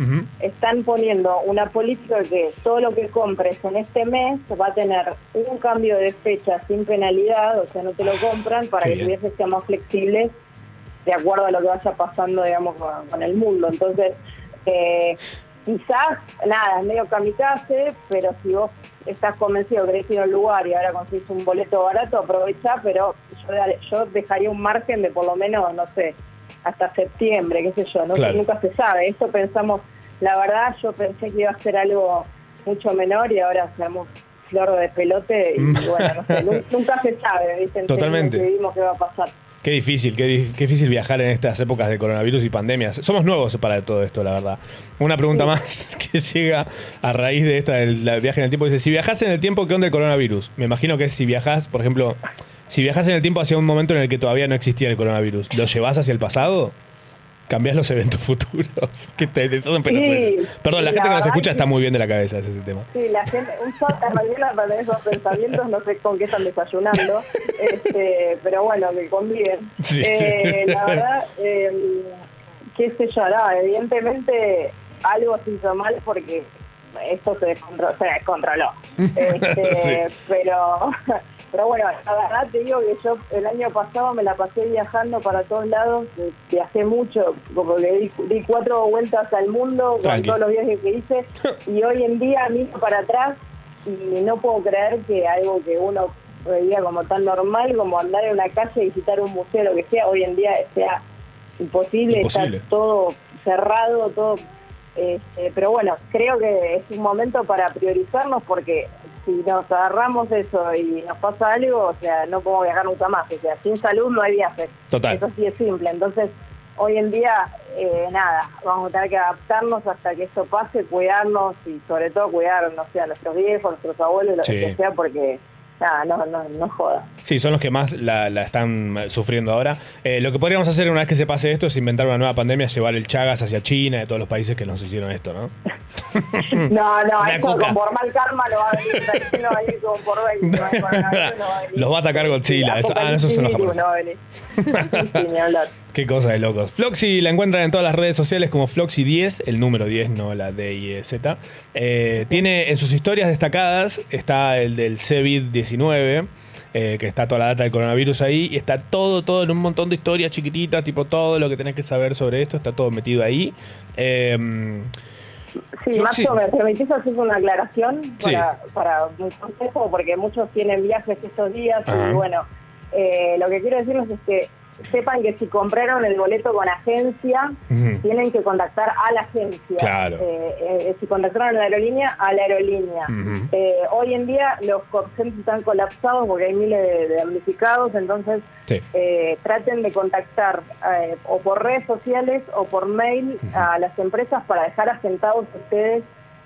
L: están poniendo una política que todo lo que compres en este mes va a tener un cambio de fecha sin penalidad, o sea, no te lo compran para
B: qué
L: que
B: bien.
L: tu viaje sea más flexible de acuerdo a lo que vaya pasando, digamos, con, con el mundo. Entonces, eh, quizás, nada, es medio kamikaze, pero si vos estás convencido que querés ir a un lugar y ahora conseguís un boleto barato, aprovecha, pero yo, dar- yo dejaría un margen de por lo menos, no sé, hasta septiembre, qué sé yo, no sé,
B: Claro.
L: nunca se sabe. Eso pensamos, la verdad, yo pensé que iba a ser algo mucho menor y ahora seamos flor de pelote y bueno, no sé, nun- nunca se sabe, ¿viste? En serio,
C: Totalmente.
L: decidimos qué va a pasar.
C: Qué difícil, qué, di- qué difícil viajar en estas épocas de coronavirus y pandemias. Somos nuevos para todo esto, la verdad. Una pregunta más que llega a raíz de esta del la- viaje en el tiempo. Dice, si viajas en el tiempo, ¿qué onda el coronavirus? Me imagino que es si viajas, por ejemplo, si viajas en el tiempo hacia un momento en el que todavía no existía el coronavirus, ¿lo llevas hacia el pasado? Cambiás los eventos futuros. que te, te sos en pelotudeces.
L: Sí,
C: Perdón, la gente
L: sí, la
C: que nos
L: verdad
C: escucha
L: que-
C: está muy bien de la cabeza ese tema.
L: Sí, la gente, un shot a Mariela para esos pensamientos, no sé con qué están desayunando, este, pero bueno, que conviven.
B: Sí,
L: Eh,
B: sí.
L: La verdad, eh, qué sé yo, no, evidentemente algo se hizo mal porque esto se, descontro- se descontroló. Este,
B: Sí.
L: pero, pero bueno, la verdad te digo que yo el año pasado me la pasé viajando para todos lados, eh, viajé mucho, como que di, di cuatro vueltas al mundo con
B: Tranqui.
L: todos los viajes que hice y hoy en día miro para atrás y no puedo creer que algo que uno veía como tan normal, como andar en una calle, visitar un museo, lo que sea, hoy en día sea imposible,
B: Imposible.
L: está todo cerrado, todo... eh, eh, pero bueno, creo que es un momento para priorizarnos porque si nos agarramos eso y nos pasa algo, o sea, no podemos viajar nunca más, o sea, sin salud no hay viajes.
B: Total.
L: Eso sí es simple, entonces hoy en día, eh, nada, vamos a tener que adaptarnos hasta que esto pase, cuidarnos y sobre todo cuidar, no sé, a nuestros viejos, a nuestros abuelos, lo
C: Sí.
L: que sea, porque nada, no, no, no joda.
C: Sí, son los que más la, la están eh, sufriendo ahora. Eh, lo que podríamos hacer una vez que se pase esto es inventar una nueva pandemia, llevar el Chagas hacia China y todos los países que nos hicieron esto, ¿no?
L: No, no,
C: Mm. Una
L: eso
C: cuca.
L: con por mal karma lo va a venir, no va a venir como por 20, no va a venir, no va a venir.
C: los va a atacar Godzilla. Eso- ah, no, esos son los
L: Apocalipsis
C: japoneses.
L: no va a venir. Sí, ni hablar.
C: Qué cosa de locos. Floxy la encuentran en todas las redes sociales como Floxy10, el número 10, no la D-I-E-Z. Eh, tiene en sus historias destacadas, está el del COVID-19, eh, que está toda la data del coronavirus ahí, y está todo, todo en un montón de historias chiquititas, tipo todo lo que tenés que saber sobre esto, está todo metido ahí. Eh,
L: Sí,
C: Yo sí.
L: Maxo, ¿me permitís hacer una aclaración
C: Sí.
L: para, para un consejo? Porque muchos tienen viajes estos días
C: Ajá.
L: y bueno, eh, lo que quiero decirles es que sepan que si compraron el boleto con agencia,
B: Ujú.
L: tienen que contactar a la agencia.
B: Claro.
L: Eh, eh, si contactaron a la aerolínea, a la aerolínea.
B: Ujú.
L: Eh, hoy en día los call centers están colapsados porque hay miles de, de damnificados, entonces
B: Sí.
L: eh, traten de contactar eh, o por redes sociales o por mail a las empresas para dejar asentados ustedes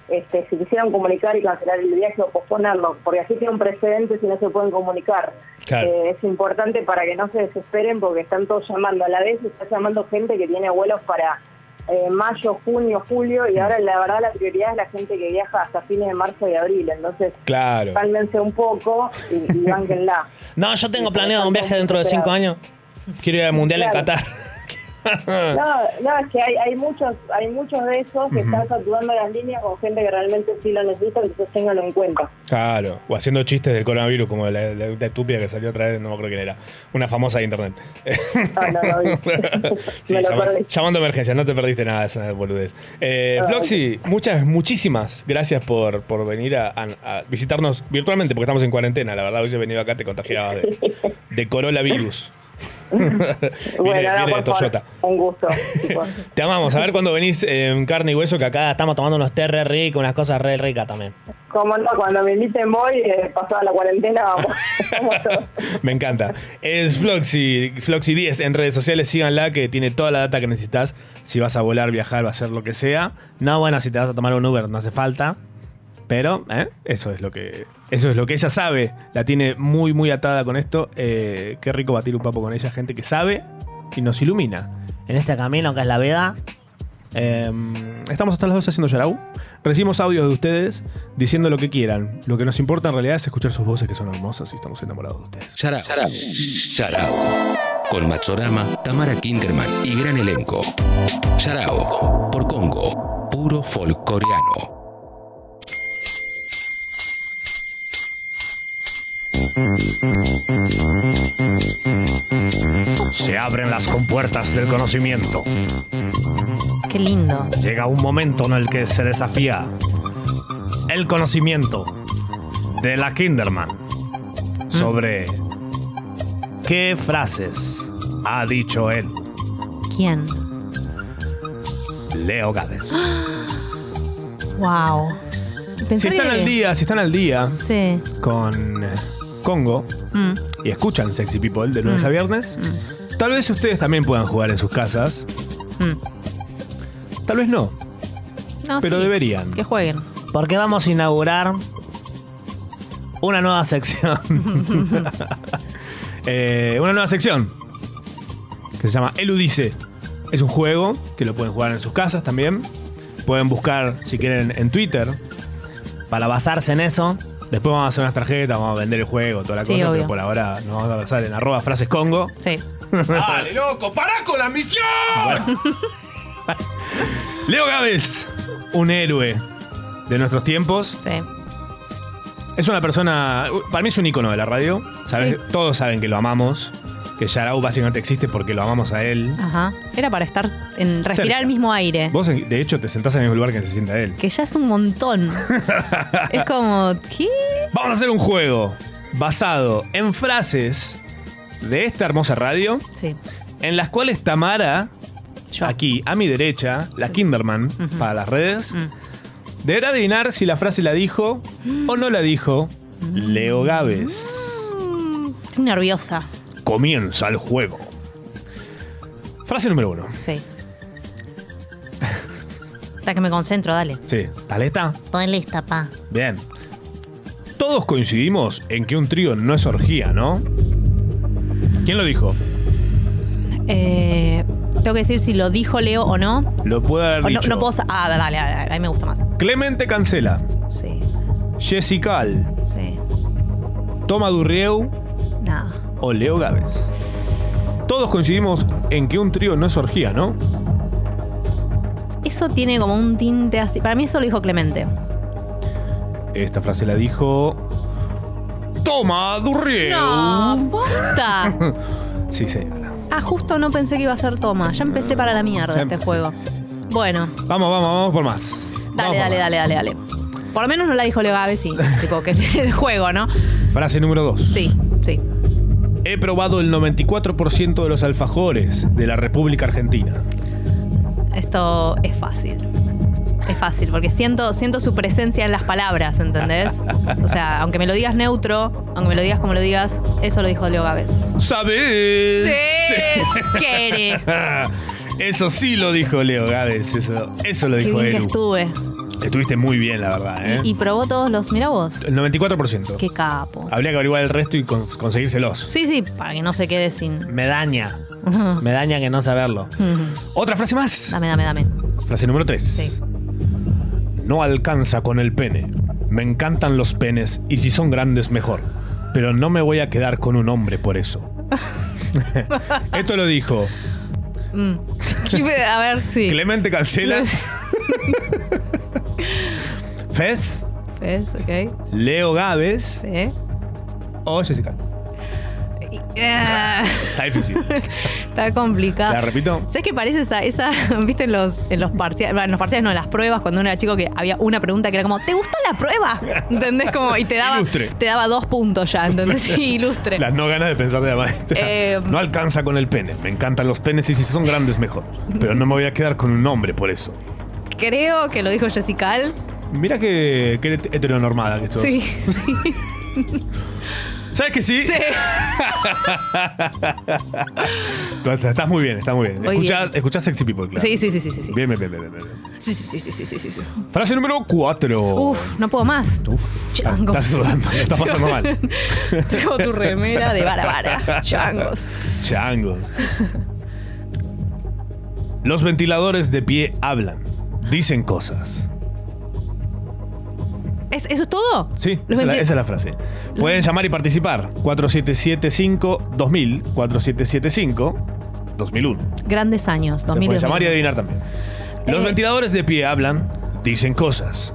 L: este, si quisieran comunicar y cancelar el viaje o posponerlo, porque así tiene un precedente si no se pueden comunicar.
B: Claro.
L: Eh, es importante para que no se desesperen porque están todos llamando a la vez, está llamando gente que tiene vuelos para eh, mayo, junio, julio y ahora la verdad la prioridad es la gente que viaja hasta fines de marzo y abril, entonces
A: Claro.
L: cálmense un poco y, y bánquenla.
A: No, yo tengo planeado un viaje dentro de cinco años.
C: Quiero ir al Mundial
L: Claro.
C: en Qatar.
L: No, no, es que hay, hay muchos hay muchos de esos que están saturando las líneas con gente que realmente sí lo necesita, entonces ténganlo en cuenta.
C: Claro, o haciendo chistes del coronavirus, como la, la- la estúpida que salió otra vez, no me acuerdo quién era. Una famosa de internet. Sí,
B: Me lo
C: llama-
B: perdí.
C: llamando a emergencia, no te perdiste nada, es una boludez. Eh,
B: Ah,
C: Floxy, muchas, muchísimas gracias por, por venir a, a- a visitarnos virtualmente, porque estamos en cuarentena. La verdad, hubiese venido acá, te contagiabas de, de coronavirus. viene
L: no,
C: viene de
L: por favor,
C: Toyota.
L: Un gusto. chicos.
A: Te amamos. A ver cuando venís eh, en carne y hueso, que acá estamos tomando unos té re ricos, unas cosas re ricas también.
L: Como no, cuando me inviten voy, eh, pasada la cuarentena, vamos.
C: Me encanta. Es Floxy, Floxy 10 en redes sociales, síganla que tiene toda la data que necesitas. Si vas a volar, viajar, va a hacer lo que sea. No, bueno, si te vas a tomar un Uber, no hace falta. Pero, ¿eh? eso es lo que. Eso es lo que ella sabe. La tiene muy, muy atada con esto. Eh, qué rico batir un papo con ella, gente que sabe y nos ilumina.
A: En este camino que es la vida,
C: Eh, estamos hasta las 12 haciendo Yarau. Recibimos audios de ustedes diciendo lo que quieran. Lo que nos importa en realidad es escuchar sus voces que son hermosas y estamos enamorados de ustedes.
F: Yarao. Yarao. Con Machorama, Tamara Kinderman y gran elenco. Yarao. Por Congo. Puro folcloreano.
M: Se abren las compuertas del conocimiento.
D: Qué lindo.
M: Llega un momento en el que se desafía el conocimiento de la Kinderman sobre qué frases ha dicho él,
D: ¿Quién?
M: Leo Gades.
D: Wow.
C: Si
D: Ah, Pensé
C: están
D: que-
C: al día, si están al día
D: Sí.
C: con eh, Congo
D: Mm.
C: y escuchan Sexy People de lunes
D: Mm.
C: a viernes, tal vez ustedes también puedan jugar en sus casas.
D: Mm.
C: Tal vez no,
D: No,
A: Pero
D: sí.
A: deberían.
D: Que jueguen.
A: porque vamos a inaugurar una nueva sección.
C: Eh, una nueva sección que se llama Eludice. Es un juego que lo pueden jugar en sus casas también. Pueden buscar, si quieren, en Twitter para basarse en eso. Después vamos a hacer unas tarjetas, vamos a vender el juego, toda la
D: Sí,
C: cosa,
D: obvio.
C: pero por ahora nos vamos a basar en arroba frases congo.
D: Sí.
B: Dale, loco, pará con la ambición.
C: Leo Gávez, un héroe de nuestros tiempos.
D: Sí.
C: Es una persona, para mí es un ícono de la radio. ¿sabes?
D: Sí.
C: Todos saben que lo amamos, que Yarau básicamente existe porque lo amamos a él.
D: Ajá. Era para estar en respirar
C: Cerca.
D: el mismo aire.
C: Vos, de hecho, te sentás en el mismo lugar que se sienta él.
D: Que ya es un montón. es como, ¿qué?
C: Vamos a hacer un juego basado en frases de esta hermosa radio. En las cuales Tamara, aquí a mi derecha, la Kinderman, para las redes, deberá adivinar si la frase la dijo o no la dijo Leo Gávez.
D: Estoy nerviosa.
C: Comienza el juego. Frase número uno.
D: Sí. Hasta que me concentro, dale.
C: Sí, taleta.
E: Estoy lista, pa.
C: Bien. Todos coincidimos en que un trío no es orgía, ¿no? ¿Quién lo dijo?
D: Eh, tengo que decir si lo dijo Leo o no.
C: Lo puede haber
D: O no,
C: dicho.
D: no puedo. sa- Ah, dale, dale, dale, a mí me gusta más.
C: Clemente Cancela.
D: Sí.
C: Jessica Al.
D: Sí.
C: Toma Durrieu
D: Nada.
C: o Leo Gávez. Todos coincidimos en que un trío no es orgía, ¿no?
D: Eso tiene como un tinte así. Para mí eso lo dijo Clemente.
C: Esta frase la dijo. ¡Toma Durrieu!
D: No, posta.
C: Sí, señora.
D: Ah, justo no pensé que iba a ser toma. Ya empecé para la mierda
C: Ya
D: este
C: empecé,
D: juego. Bueno,
C: Vamos, vamos, vamos por más.
D: dale, dale, dale, dale, dale. Por lo menos no la dijo Leo Gávez, sí. tipo, que es el juego, ¿no?
C: Frase número 2.
D: Sí, sí.
C: He probado el 94% de los alfajores de la República Argentina.
D: Esto es fácil. Es fácil, porque siento, siento su presencia en las palabras, ¿entendés? O sea, aunque me lo digas neutro, aunque me lo digas como lo digas, eso lo dijo Leo Gávez.
C: ¿Sabes?
D: Sí, Kere.
C: Ah, Eso sí lo dijo Leo Gávez, eso, eso lo
D: Qué
C: dijo
D: bien que
C: él.
D: estuve.
C: Estuviste muy bien, la verdad. ¿eh?
D: Y probó todos los. Mirá vos.
C: El 94%.
D: Qué capo.
C: Habría que averiguar el resto y con- conseguírselos.
D: Sí, sí, para que no se quede sin.
C: Me daña. Me daña que no saberlo. Otra frase más.
D: Dame, dame, dame.
C: Frase número 3.
D: Sí.
C: No alcanza con el pene. Me encantan los penes y si son grandes mejor. Pero no me voy a quedar con un hombre por eso. Esto lo dijo
D: Mm. ¿Qué- A ver, sí.
C: Clemente Cancela, Fez,
D: ¿Ves? Ok.
C: Leo Gávez
D: Sí.
C: o Jessica.
D: Eh,
C: Está difícil.
D: Está
C: ¿Te
D: complicado.
C: la repito?
D: ¿Sabes qué parece esa, esa viste en los, en los parciales, bueno, en los parciales no, en las pruebas, cuando uno era chico que había una pregunta que era como, ¿te gustó la prueba? ¿Entendés? Como, y te daba,
C: Ilustre.
D: te daba dos puntos ya, ¿entendés? Sí, ilustre.
C: Las no ganas de pensar de la maestra.
D: Eh,
C: no alcanza con el pene. Me encantan los penes y si son grandes mejor. Pero no me voy a quedar con un hombre por eso.
D: Creo que lo dijo Jessica Al.
C: Mira que, que heteronormada que esto.
D: Sí, sí.
C: ¿Sabes que sí? Tú estás- Estás muy bien, estás muy bien.
D: Muy
C: Escuchás,
D: bien.
C: escuchás Sexy People, claro.
D: Sí, sí, sí, sí, sí, sí.
C: Bien, bien, bien, bien, bien, bien.
D: Sí, sí, sí, sí, sí, sí, sí.
C: Frase número 4.
D: Uf, no puedo más. Chango.
C: Estás sudando, la estás pasando mal.
D: Tengo tu remera de vara vara. Changos.
C: Changos. Los ventiladores de pie hablan, dicen cosas.
D: ¿Es- ¿Eso es todo?
C: Sí,
D: Los
C: esa, es la,
D: venti-
C: esa es la frase. Pueden llamar y participar. 4775-2000, 4775-2001.
D: Grandes años,
C: Te
D: 2000.
C: pueden llamar y adivinar también.
D: Eh.
C: Los ventiladores de pie hablan, dicen cosas.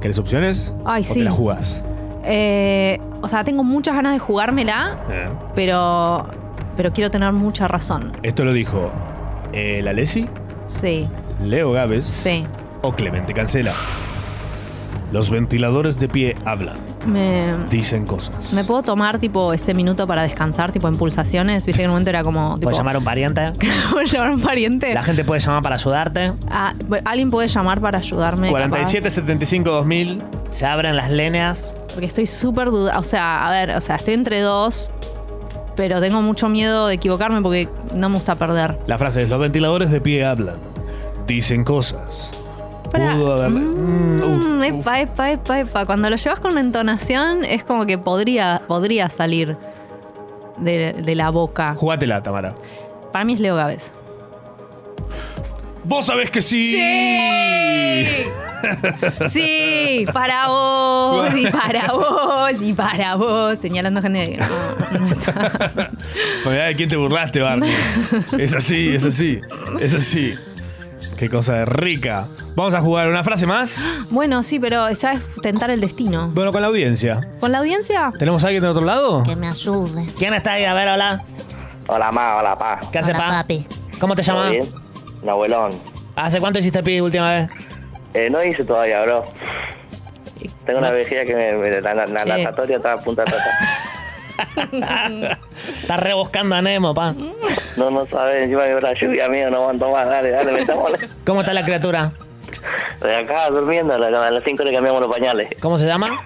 C: ¿Querés opciones?
D: Ay,
C: ¿O
D: sí.
C: te las jugás?
D: Eh, o sea, tengo muchas ganas de jugármela,
C: Eh,
D: pero, pero quiero tener mucha razón.
C: Esto lo dijo eh, la Lesi,
D: Sí,
C: Leo Gávez
D: sí.
C: o Clemente Cancela. Los ventiladores de pie hablan,
D: Me,
C: dicen cosas.
D: me puedo tomar tipo ese minuto para descansar, tipo en pulsaciones. Viste que en un momento era como. Tipo,
A: ¿Puedes llamar a un pariente?
D: ¿Puedo llamar a un pariente?
A: La gente puede llamar para ayudarte.
D: Ah, bueno, Alguien puede llamar para ayudarme.
A: 47
D: capaz?
C: 75 2000.
A: Se abren las líneas.
D: Porque estoy súper duda. O sea, a ver, o sea, estoy entre dos, pero tengo mucho miedo de equivocarme porque no me gusta perder.
C: La frase es: Los ventiladores de pie hablan, dicen cosas. Pudo haberle. Mm, uh,
D: Mm, epa, epa, epa, epa. Cuando lo llevas con una entonación, es como que podría, podría salir de, de la boca.
C: jugátela, Tamara.
D: Para mí es Leo Gávez.
C: Vos sabés que sí.
D: Sí. Sí, para vos, y para vos, y para vos, señalando gente.
C: Mirá de quién te burlaste, Barney. Es así, es así, es así. Qué cosa de rica. Vamos a jugar una frase más.
D: Bueno, sí, pero ya es tentar el destino.
C: Bueno, con la audiencia.
D: ¿Con la audiencia?
C: ¿Tenemos a alguien de otro lado?
D: me ayude.
N: ¿Quién está ahí? A ver, hola.
L: Hola, ma, hola, pa.
N: ¿Qué hace, pa? ¿Cómo te
L: ¿Todo
N: llamas?
L: bien? Nahuelón.
N: ¿Hace cuánto hiciste pi última vez?
L: Eh, no hice todavía, bro. Tengo una vejiga que me, me- la, la, la
N: Sí.
L: natatoria está a punta de plata.
N: Estás rebuscando a Nemo, pa.
L: No, no sabes, encima que la lluvia, amigo, no aguanto más. Dale, dale, metámosle.
N: ¿Cómo está la criatura?
L: De acá durmiendo, a la- a las 5 le cambiamos los pañales.
N: ¿Cómo se llama?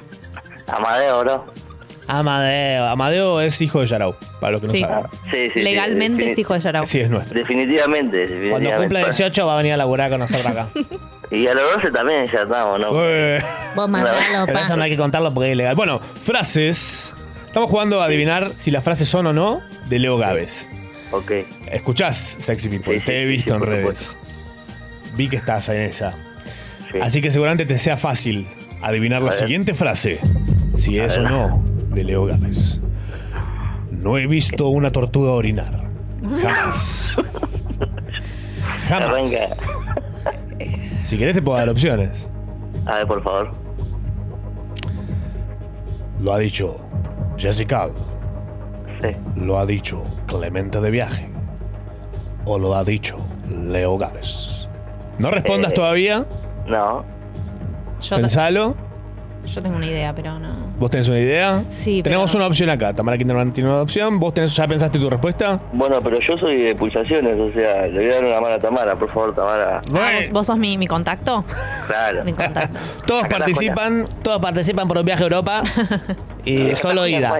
L: Amadeo, bro.
C: Amadeo. Amadeo es hijo de Yarau, para los que no
L: Sí.
C: saben.
L: Sí, sí,
D: Legalmente es hijo de Yarao.
C: Sí, es nuestro.
L: Definitivamente,
N: Cuando
L: definitivamente.
N: cumple 18 va a venir a laburar con nosotros acá.
L: Y a los 12 también ya estamos, ¿no?
O: Vos
L: matalo,
N: Pero
L: pa.
N: eso no hay que contarlo porque es ilegal.
C: Bueno, frases. Estamos jugando a adivinar si las frases son o no de Leo Gávez.
L: Ok.
C: Escuchás Sexy People, te he visto en redes. Vi que estás en esa. Así que seguramente te sea fácil adivinar la
P: A ver.
C: siguiente frase, si es o no de Leo Gávez. No he visto una tortuga orinar. Jamás. Jamás.
L: Arranca.
C: Si querés te puedo dar opciones.
L: A ver, por favor.
C: Lo ha dicho Jessica. Lo ha dicho Clemente de Viaje. O lo ha dicho Leo Gávez. No respondas
D: Eh,
C: todavía.
L: No.
D: Yo,
C: Pensalo.
D: yo tengo una idea, pero no.
C: ¿Vos tenés una idea?
D: Sí,
C: Tenemos una opción acá. Tamara Quinterman tiene una opción. ¿Vos tenés, ya pensaste tu respuesta?
L: Bueno, pero yo soy de pulsaciones, o sea, le voy a dar una mano a Tamara, por favor, Tamara.
D: Ah, ¿vos, vos sos mi, mi contacto?
L: Claro.
D: Mi contacto.
N: Todos
L: Acá está
N: participan, todos participan por un viaje a Europa y solo ida.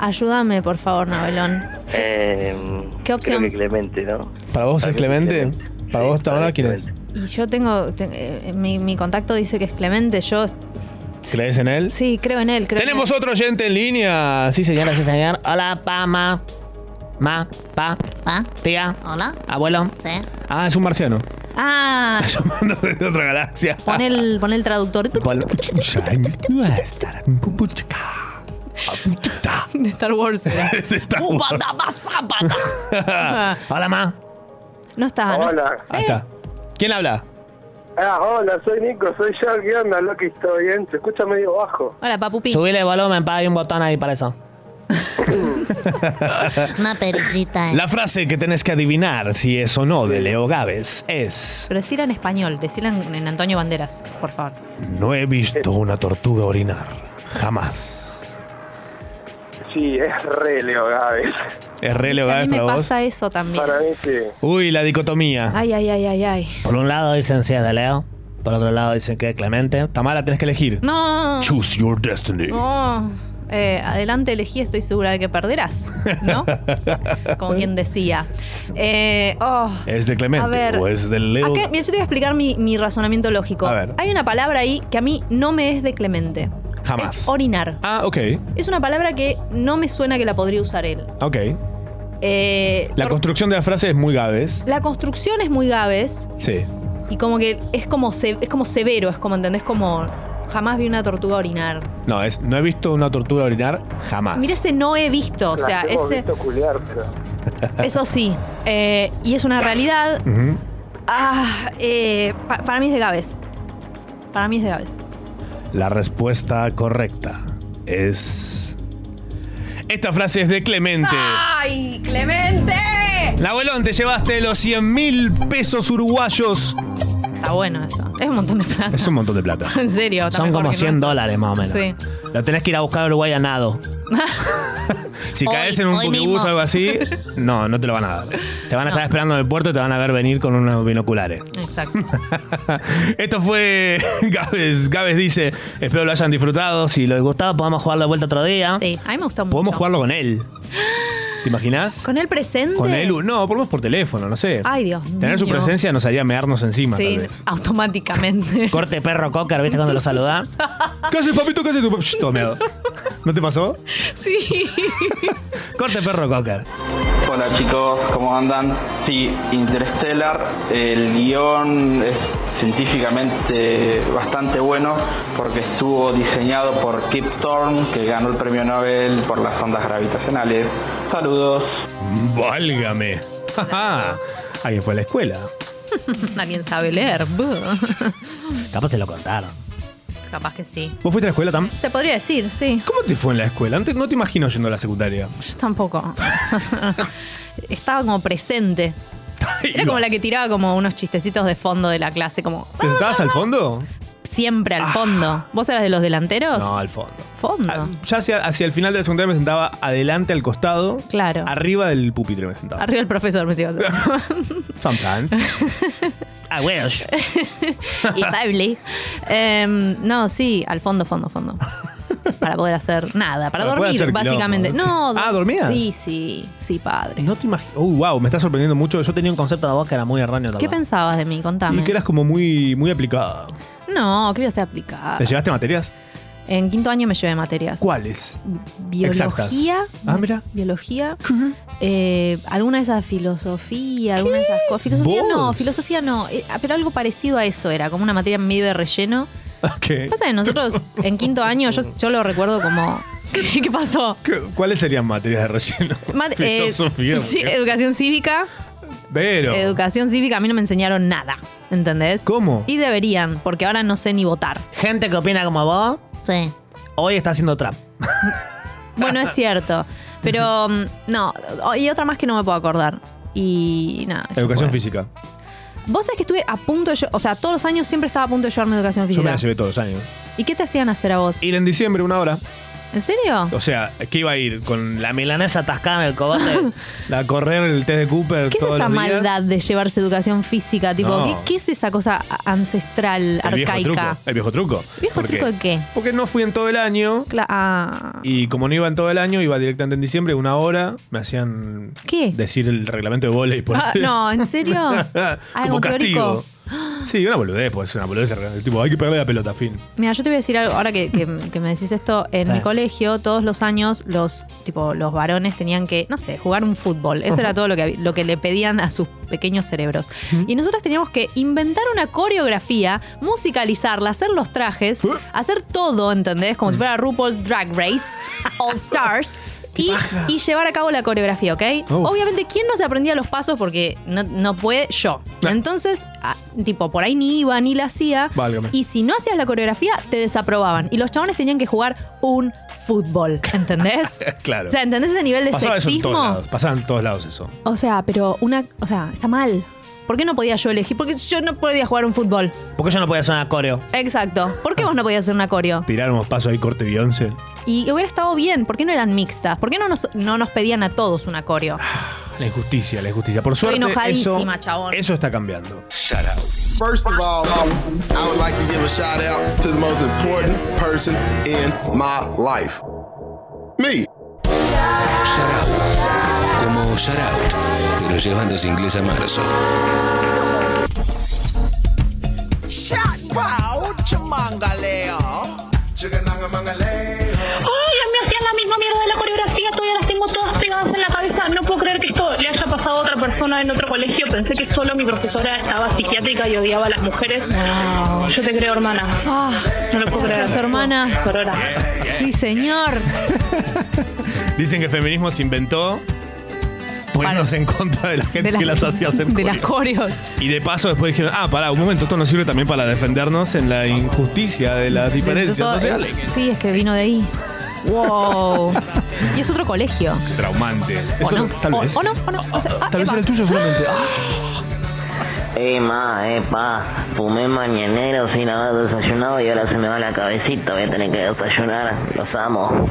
D: Ayúdame, por favor, Novelón.
L: Eh,
D: ¿Qué opción?
L: Creo que Clemente, ¿no?
C: ¿Para vos es Clemente? ¿Para vos, Tamara, quién es?
D: Y yo tengo. te- eh, mi, mi contacto dice que es Clemente. Yo
C: ¿Crees en él?
D: sí creo en él. Creo en
C: Tenemos
D: él.
C: otro oyente en línea. Sí, señora, sí, señor.
N: Hola, pa, ma. Ma, pa.
O: Ah,
N: Tía. Hola. Abuelo. Sí.
C: Ah, es un marciano.
D: Ah,
C: Mando desde otra galaxia.
D: pon el, pon el traductor.
C: Bueno,
D: De Star Wars era.
C: Star
D: Uh,
C: Wars.
D: bata, basa, bata.
C: Hola, ma.
D: No está, ¿no?
Q: Hola.
C: Ahí está. ¿Quién habla?
Q: Ah, hola, soy Nico, soy yo. ¿Qué onda, Loki? ¿Todo bien? Se escucha medio bajo.
D: Hola, papupi.
N: Subile el volumen, pa, hay un botón ahí para eso.
O: Una perillita. eh.
C: La frase que tenés que adivinar si es o no de Leo Gávez es:
D: Pero decirla en español, decirla en, en Antonio Banderas, por favor.
C: No he visto una tortuga orinar. Jamás.
Q: Sí, es re Leo Gávez.
C: ¿Es re Leo
D: A mí
C: Gávez
D: me
C: para vos?
D: pasa eso también.
Q: Para mí sí.
C: Uy, la dicotomía.
D: Ay, ay, ay, ay, ay.
N: Por un lado dicen si es de Leo, por otro lado dicen que es Clemente.
C: Tamara, tenés que elegir.
D: No.
C: Choose your destiny.
D: No. Eh, adelante elegí, estoy segura de que perderás. ¿No? Como quien decía. Eh, oh,
C: ¿Es de Clemente
D: A ver,
C: o es del Leo?
D: acá- mira, yo te voy a explicar mi, mi razonamiento lógico.
C: A ver.
D: Hay una palabra ahí que a mí no me es de Clemente.
C: Jamás.
D: Orinar.
C: Ah, ok.
D: Es una palabra que no me suena que la podría usar él.
C: Ok.
D: Eh,
C: La construcción de la frase es muy Gávez.
D: la construcción es muy gaves
C: Sí.
D: y como que es como, se- es como severo, es como, ¿entendés? Como jamás vi una tortuga orinar.
C: No, es no he visto una tortuga orinar jamás.
D: Mira ese no he visto, o
Q: Las
D: sea,
Q: hemos
D: ese,
Q: visto culiar, pero-
D: eso sí. Eh, y es una realidad.
C: Ujú.
D: Ah, eh, pa- para mí es de Gaves. Para mí es de Gaves.
C: La respuesta correcta es. Esta frase es de Clemente.
D: ¡Ay, Clemente!
C: Nahuelón, te llevaste los 100 mil pesos uruguayos.
D: Está bueno eso. Es un montón de plata.
C: Es un montón de plata.
D: En serio. está
N: Son
D: mejor
N: como
D: que no.
N: 100 dólares más o menos.
D: Sí.
N: Lo tenés que ir a buscar a Uruguay a nado.
C: Si caes en un
N: hoy
C: buquebús
N: mismo.
C: o algo así, no, no te lo van a dar. Te van a estar esperando en el puerto y te van a ver venir con unos binoculares.
D: Exacto.
C: Esto fue Gávez. Gávez dice, espero lo hayan disfrutado. Si les gustaba, podamos jugarlo de vuelta otro día.
D: Sí, a mí me gustó mucho.
C: Podemos jugarlo con él. ¿Te imaginas?
D: ¿Con él presente?
C: Con él, no, por lo menos por teléfono, no sé.
D: Ay, Dios
C: Tener su
D: mío.
C: presencia nos haría mearnos encima,
D: Sí,
C: tal vez.
D: automáticamente.
N: Corte perro cocker, ¿viste cuando lo saludás?
C: ¿Qué haces, papito? ¿Qué haces? tu Shh, todo meado. ¿No te pasó?
D: Sí.
C: Corte perro cocker.
R: Hola chicos, ¿cómo andan? Sí, Interstellar, el guión es científicamente bastante bueno porque estuvo diseñado por Kip Thorne, que ganó el premio Nobel por las ondas gravitacionales. Saludos.
C: Válgame. Ajá. Alguien fue a la escuela.
D: Alguien sabe leer.
A: Capaz se lo contaron.
D: Capaz que sí.
C: ¿Vos fuiste a la escuela, Tam?
D: Se podría decir, sí.
C: ¿Cómo te fue en la escuela? No te, no te imagino yendo a la secundaria.
D: Yo tampoco. Estaba como presente. Era como la que tiraba como unos chistecitos de fondo de la clase, como
C: ¿Te sentabas al fondo?
D: siempre al fondo. ¿Vos eras de los delanteros?
C: Ah. No, al fondo. Ah,
D: Fondo.
C: Ya hacia, hacia el final de la secundaria me sentaba adelante, al costado.
D: Claro.
C: Arriba del pupitre me sentaba.
D: Arriba el profesor me ibas a
C: Sometimes. I wish.
D: Y Pabli. Em, no, sí, al fondo, fondo, fondo. Para poder hacer nada, para,
C: Para poder
D: dormir,
C: hacer quilombo,
D: básicamente.
C: sí.
D: No,
C: Ah, ¿dormías?
D: Sí, sí, sí, padre.
C: No te imagino. Uy, wow, me está sorprendiendo mucho. Yo tenía un concepto de vos que era muy erróneo
D: ¿Qué
C: también.
D: pensabas de mí?
C: Y
D: Contame.
C: que eras como muy, muy aplicada.
D: No, ¿qué voy a hacer aplicar?
C: ¿Te llevaste materias?
D: En quinto año me llevé materias.
C: ¿Cuáles?
D: Biología.
C: Exactas. Ah, mira.
D: Biología. eh, alguna de esas filosofía, alguna de esas cosas. Filosofía no,
C: ¿Vos?
D: filosofía no. eh, pero algo parecido a eso era, como una materia medio de relleno.
C: Ok.
D: Pasa que nosotros en quinto año, yo, yo lo recuerdo como. ¿Qué pasó?
C: ¿Qué- ¿Cuáles serían materias de relleno?
D: Mat- eh,
C: Filosofía.
D: sí,
C: ¿qué?
D: educación cívica.
C: Pero.
D: Educación cívica a mí no me enseñaron nada, ¿entendés?
A: ¿Cómo?
D: Y deberían, porque ahora no sé ni votar.
A: Gente que opina como vos,
D: Sí.
A: hoy está haciendo trap.
D: Bueno, es cierto. Pero mm, no, oh, y otra más que no me puedo acordar. Y nada. yo
C: Educación
D: fue.
C: física.
D: Vos sabés que estuve a punto de... lle- O sea, todos los años siempre estaba a punto de llevarme educación
C: Yo me
D: física.
C: la llevé todos los años.
D: ¿Y qué te hacían hacer a vos?
C: Ir en diciembre, una hora.
D: ¿En serio?
C: O sea, ¿qué iba a ir? Con la milanesa atascada en el
A: cogote.
C: la correr el test de Cooper
D: ¿Qué es
C: todos
D: esa
C: los días.
D: maldad de llevarse educación física? Tipo,
C: No.
D: ¿qué, qué es esa cosa ancestral,
C: El viejo
D: arcaica?
C: truco. El viejo truco.
D: ¿Viejo
C: ¿Por qué?
D: truco de qué?
C: Porque no fui en todo el año.
D: Cla- ah,
C: Y como no iba en todo el año, iba directamente en diciembre, una hora, me hacían
D: ¿Qué?
C: decir el reglamento de volei. por-
D: Ah, no, ¿en serio?
C: como
D: Algo
C: castigo.
D: teórico.
C: Sí, una boludez, pues es una boludez. el reglamento. Tipo, hay que pegarle la pelota, fin.
D: Mira, yo te voy a decir algo, ahora que, que- que me decís esto, en
C: Sí.
D: mi colegio todos los años los tipo los varones tenían que, no sé, jugar un fútbol. Eso era todo lo que, había- lo que le pedían a sus pequeños cerebros. Y nosotros teníamos que inventar una coreografía, musicalizarla, hacer los trajes, hacer todo, ¿entendés? Como si fuera RuPaul's Drag Race, All Stars. Y, y llevar a cabo la coreografía, ¿ok?
S: Uf.
D: Obviamente, ¿quién no se aprendía los pasos? Porque no, no puede yo. Entonces, ah, tipo, por ahí ni iba ni la hacía.
S: Válgame.
D: Y si no hacías la coreografía, te desaprobaban. Y los chabones tenían que jugar un fútbol, ¿entendés?
C: Claro.
D: O sea, ¿entendés ese nivel de
C: Pasaba eso en todos
D: sexismo?
C: lados. Pasaba en todos lados eso.
D: O sea, pero una. O sea, está mal. ¿Por qué no podía yo elegir? Porque yo no podía jugar un fútbol.
A: Porque yo no podía sonar coreo.
D: Exacto. ¿Por qué vos no podías hacer una coreo?
C: Tirar unos pasos ahí corte Beyoncé.
D: Y hubiera estado bien. ¿Por qué no eran mixtas? ¿Por qué no nos, no nos pedían a todos una coreo?
C: La injusticia, la injusticia. Por
D: Estoy
C: suerte, eso,
D: enojadísima, chabón.
C: eso está cambiando.
T: First of all, I would like to give a shout out to the most important person in my life. Me.
F: Como shout out, pero llevándose inglés a marzo.
B: Shout wow, chamangaleo.
S: ¡Ay, me hacían la misma mierda de la coreografía! Todavía las tengo todas pegadas en la cabeza. No puedo creer que esto le haya pasado a otra persona en otro colegio. Pensé que solo mi profesora estaba psiquiátrica y odiaba a las mujeres. Yo te creo, hermana. no lo puedo creer.
D: Ah, Gracias, hermana.
S: Aurora.
D: Sí, señor.
C: Dicen que el feminismo se inventó poniéndose en contra de la gente
D: de las-
C: que las hacía hacer
D: de las
C: coreos. Y de paso después dijeron, ah, pará, un momento, esto nos sirve también para defendernos en la injusticia de las diferencias
D: Todo-
C: sociales.
D: Sí, es que vino de ahí. Wow. y es otro colegio.
C: Traumante. Eso tal
D: O-
C: vez.
D: O no, o no. o sea, ah,
C: Tal vez era el tuyo solamente. Ah,
G: Eh, ma, eh, pa, fumé mañanero sin haber desayunado y ahora se me va la cabecita, voy a tener que desayunar, los amo.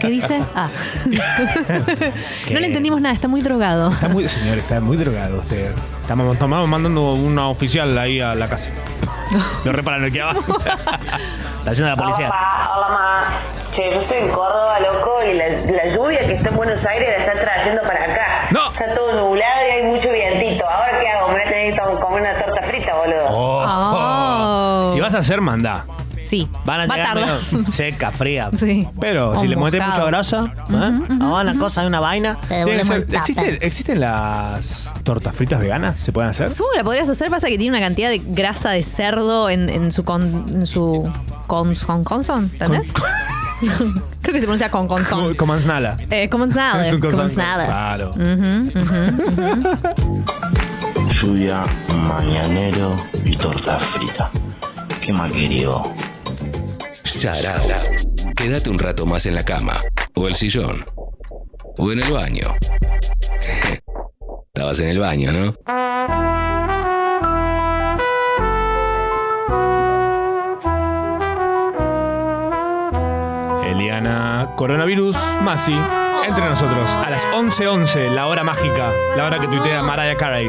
D: ¿Qué dice? Ah. no le entendimos nada, está muy drogado.
C: Está muy, señor, está muy drogado usted. Estamos, estamos mandando una oficial ahí a la casa. Lo reparan el que va. Está yendo la policía.
L: Hola, ma. Che, yo estoy en Córdoba, loco, y la, la lluvia que está en Buenos Aires la está trayendo para acá. Está todo nublado y hay mucho vientito. ¿Ahora qué hago? Me voy a tener que to- comer una torta frita, boludo.
C: Oh. Si vas a hacer, mandá.
D: Sí.
A: Van a
D: Va a
A: llegar
D: tardar.
A: medio seca, fría.
D: Sí.
A: Pero
D: O
A: si le metes mucha
D: mojado.
A: grasa, ¿eh? Ah, una cosa, una vaina.
C: Tiene que
A: Tiene que
C: ser-
A: ser-
C: ¿existe- ¿Existen las tortas fritas veganas? ¿Se pueden hacer?
D: Supongo que la podrías hacer, pasa que tiene una cantidad de grasa de cerdo en, en su con, en su con, con, conson, ¿entendés? Creo que se pronuncia con conson.
C: Como ansnala.
D: Eh, como nada.
C: Es un
D: Como
C: conson.
D: nada.
C: Claro.
U: Mm.
D: Ujú, ujú, ujú.
V: Lluvia, mañanero y torta frita. Qué mal querido.
F: Yarao. Quédate un rato más en la cama, o el sillón, o en el baño. Estabas en el baño, ¿no?
C: Eliana Coronavirus Masi, entre nosotros, a las 11.11, la hora mágica, la hora que tuitea Mariah Carey.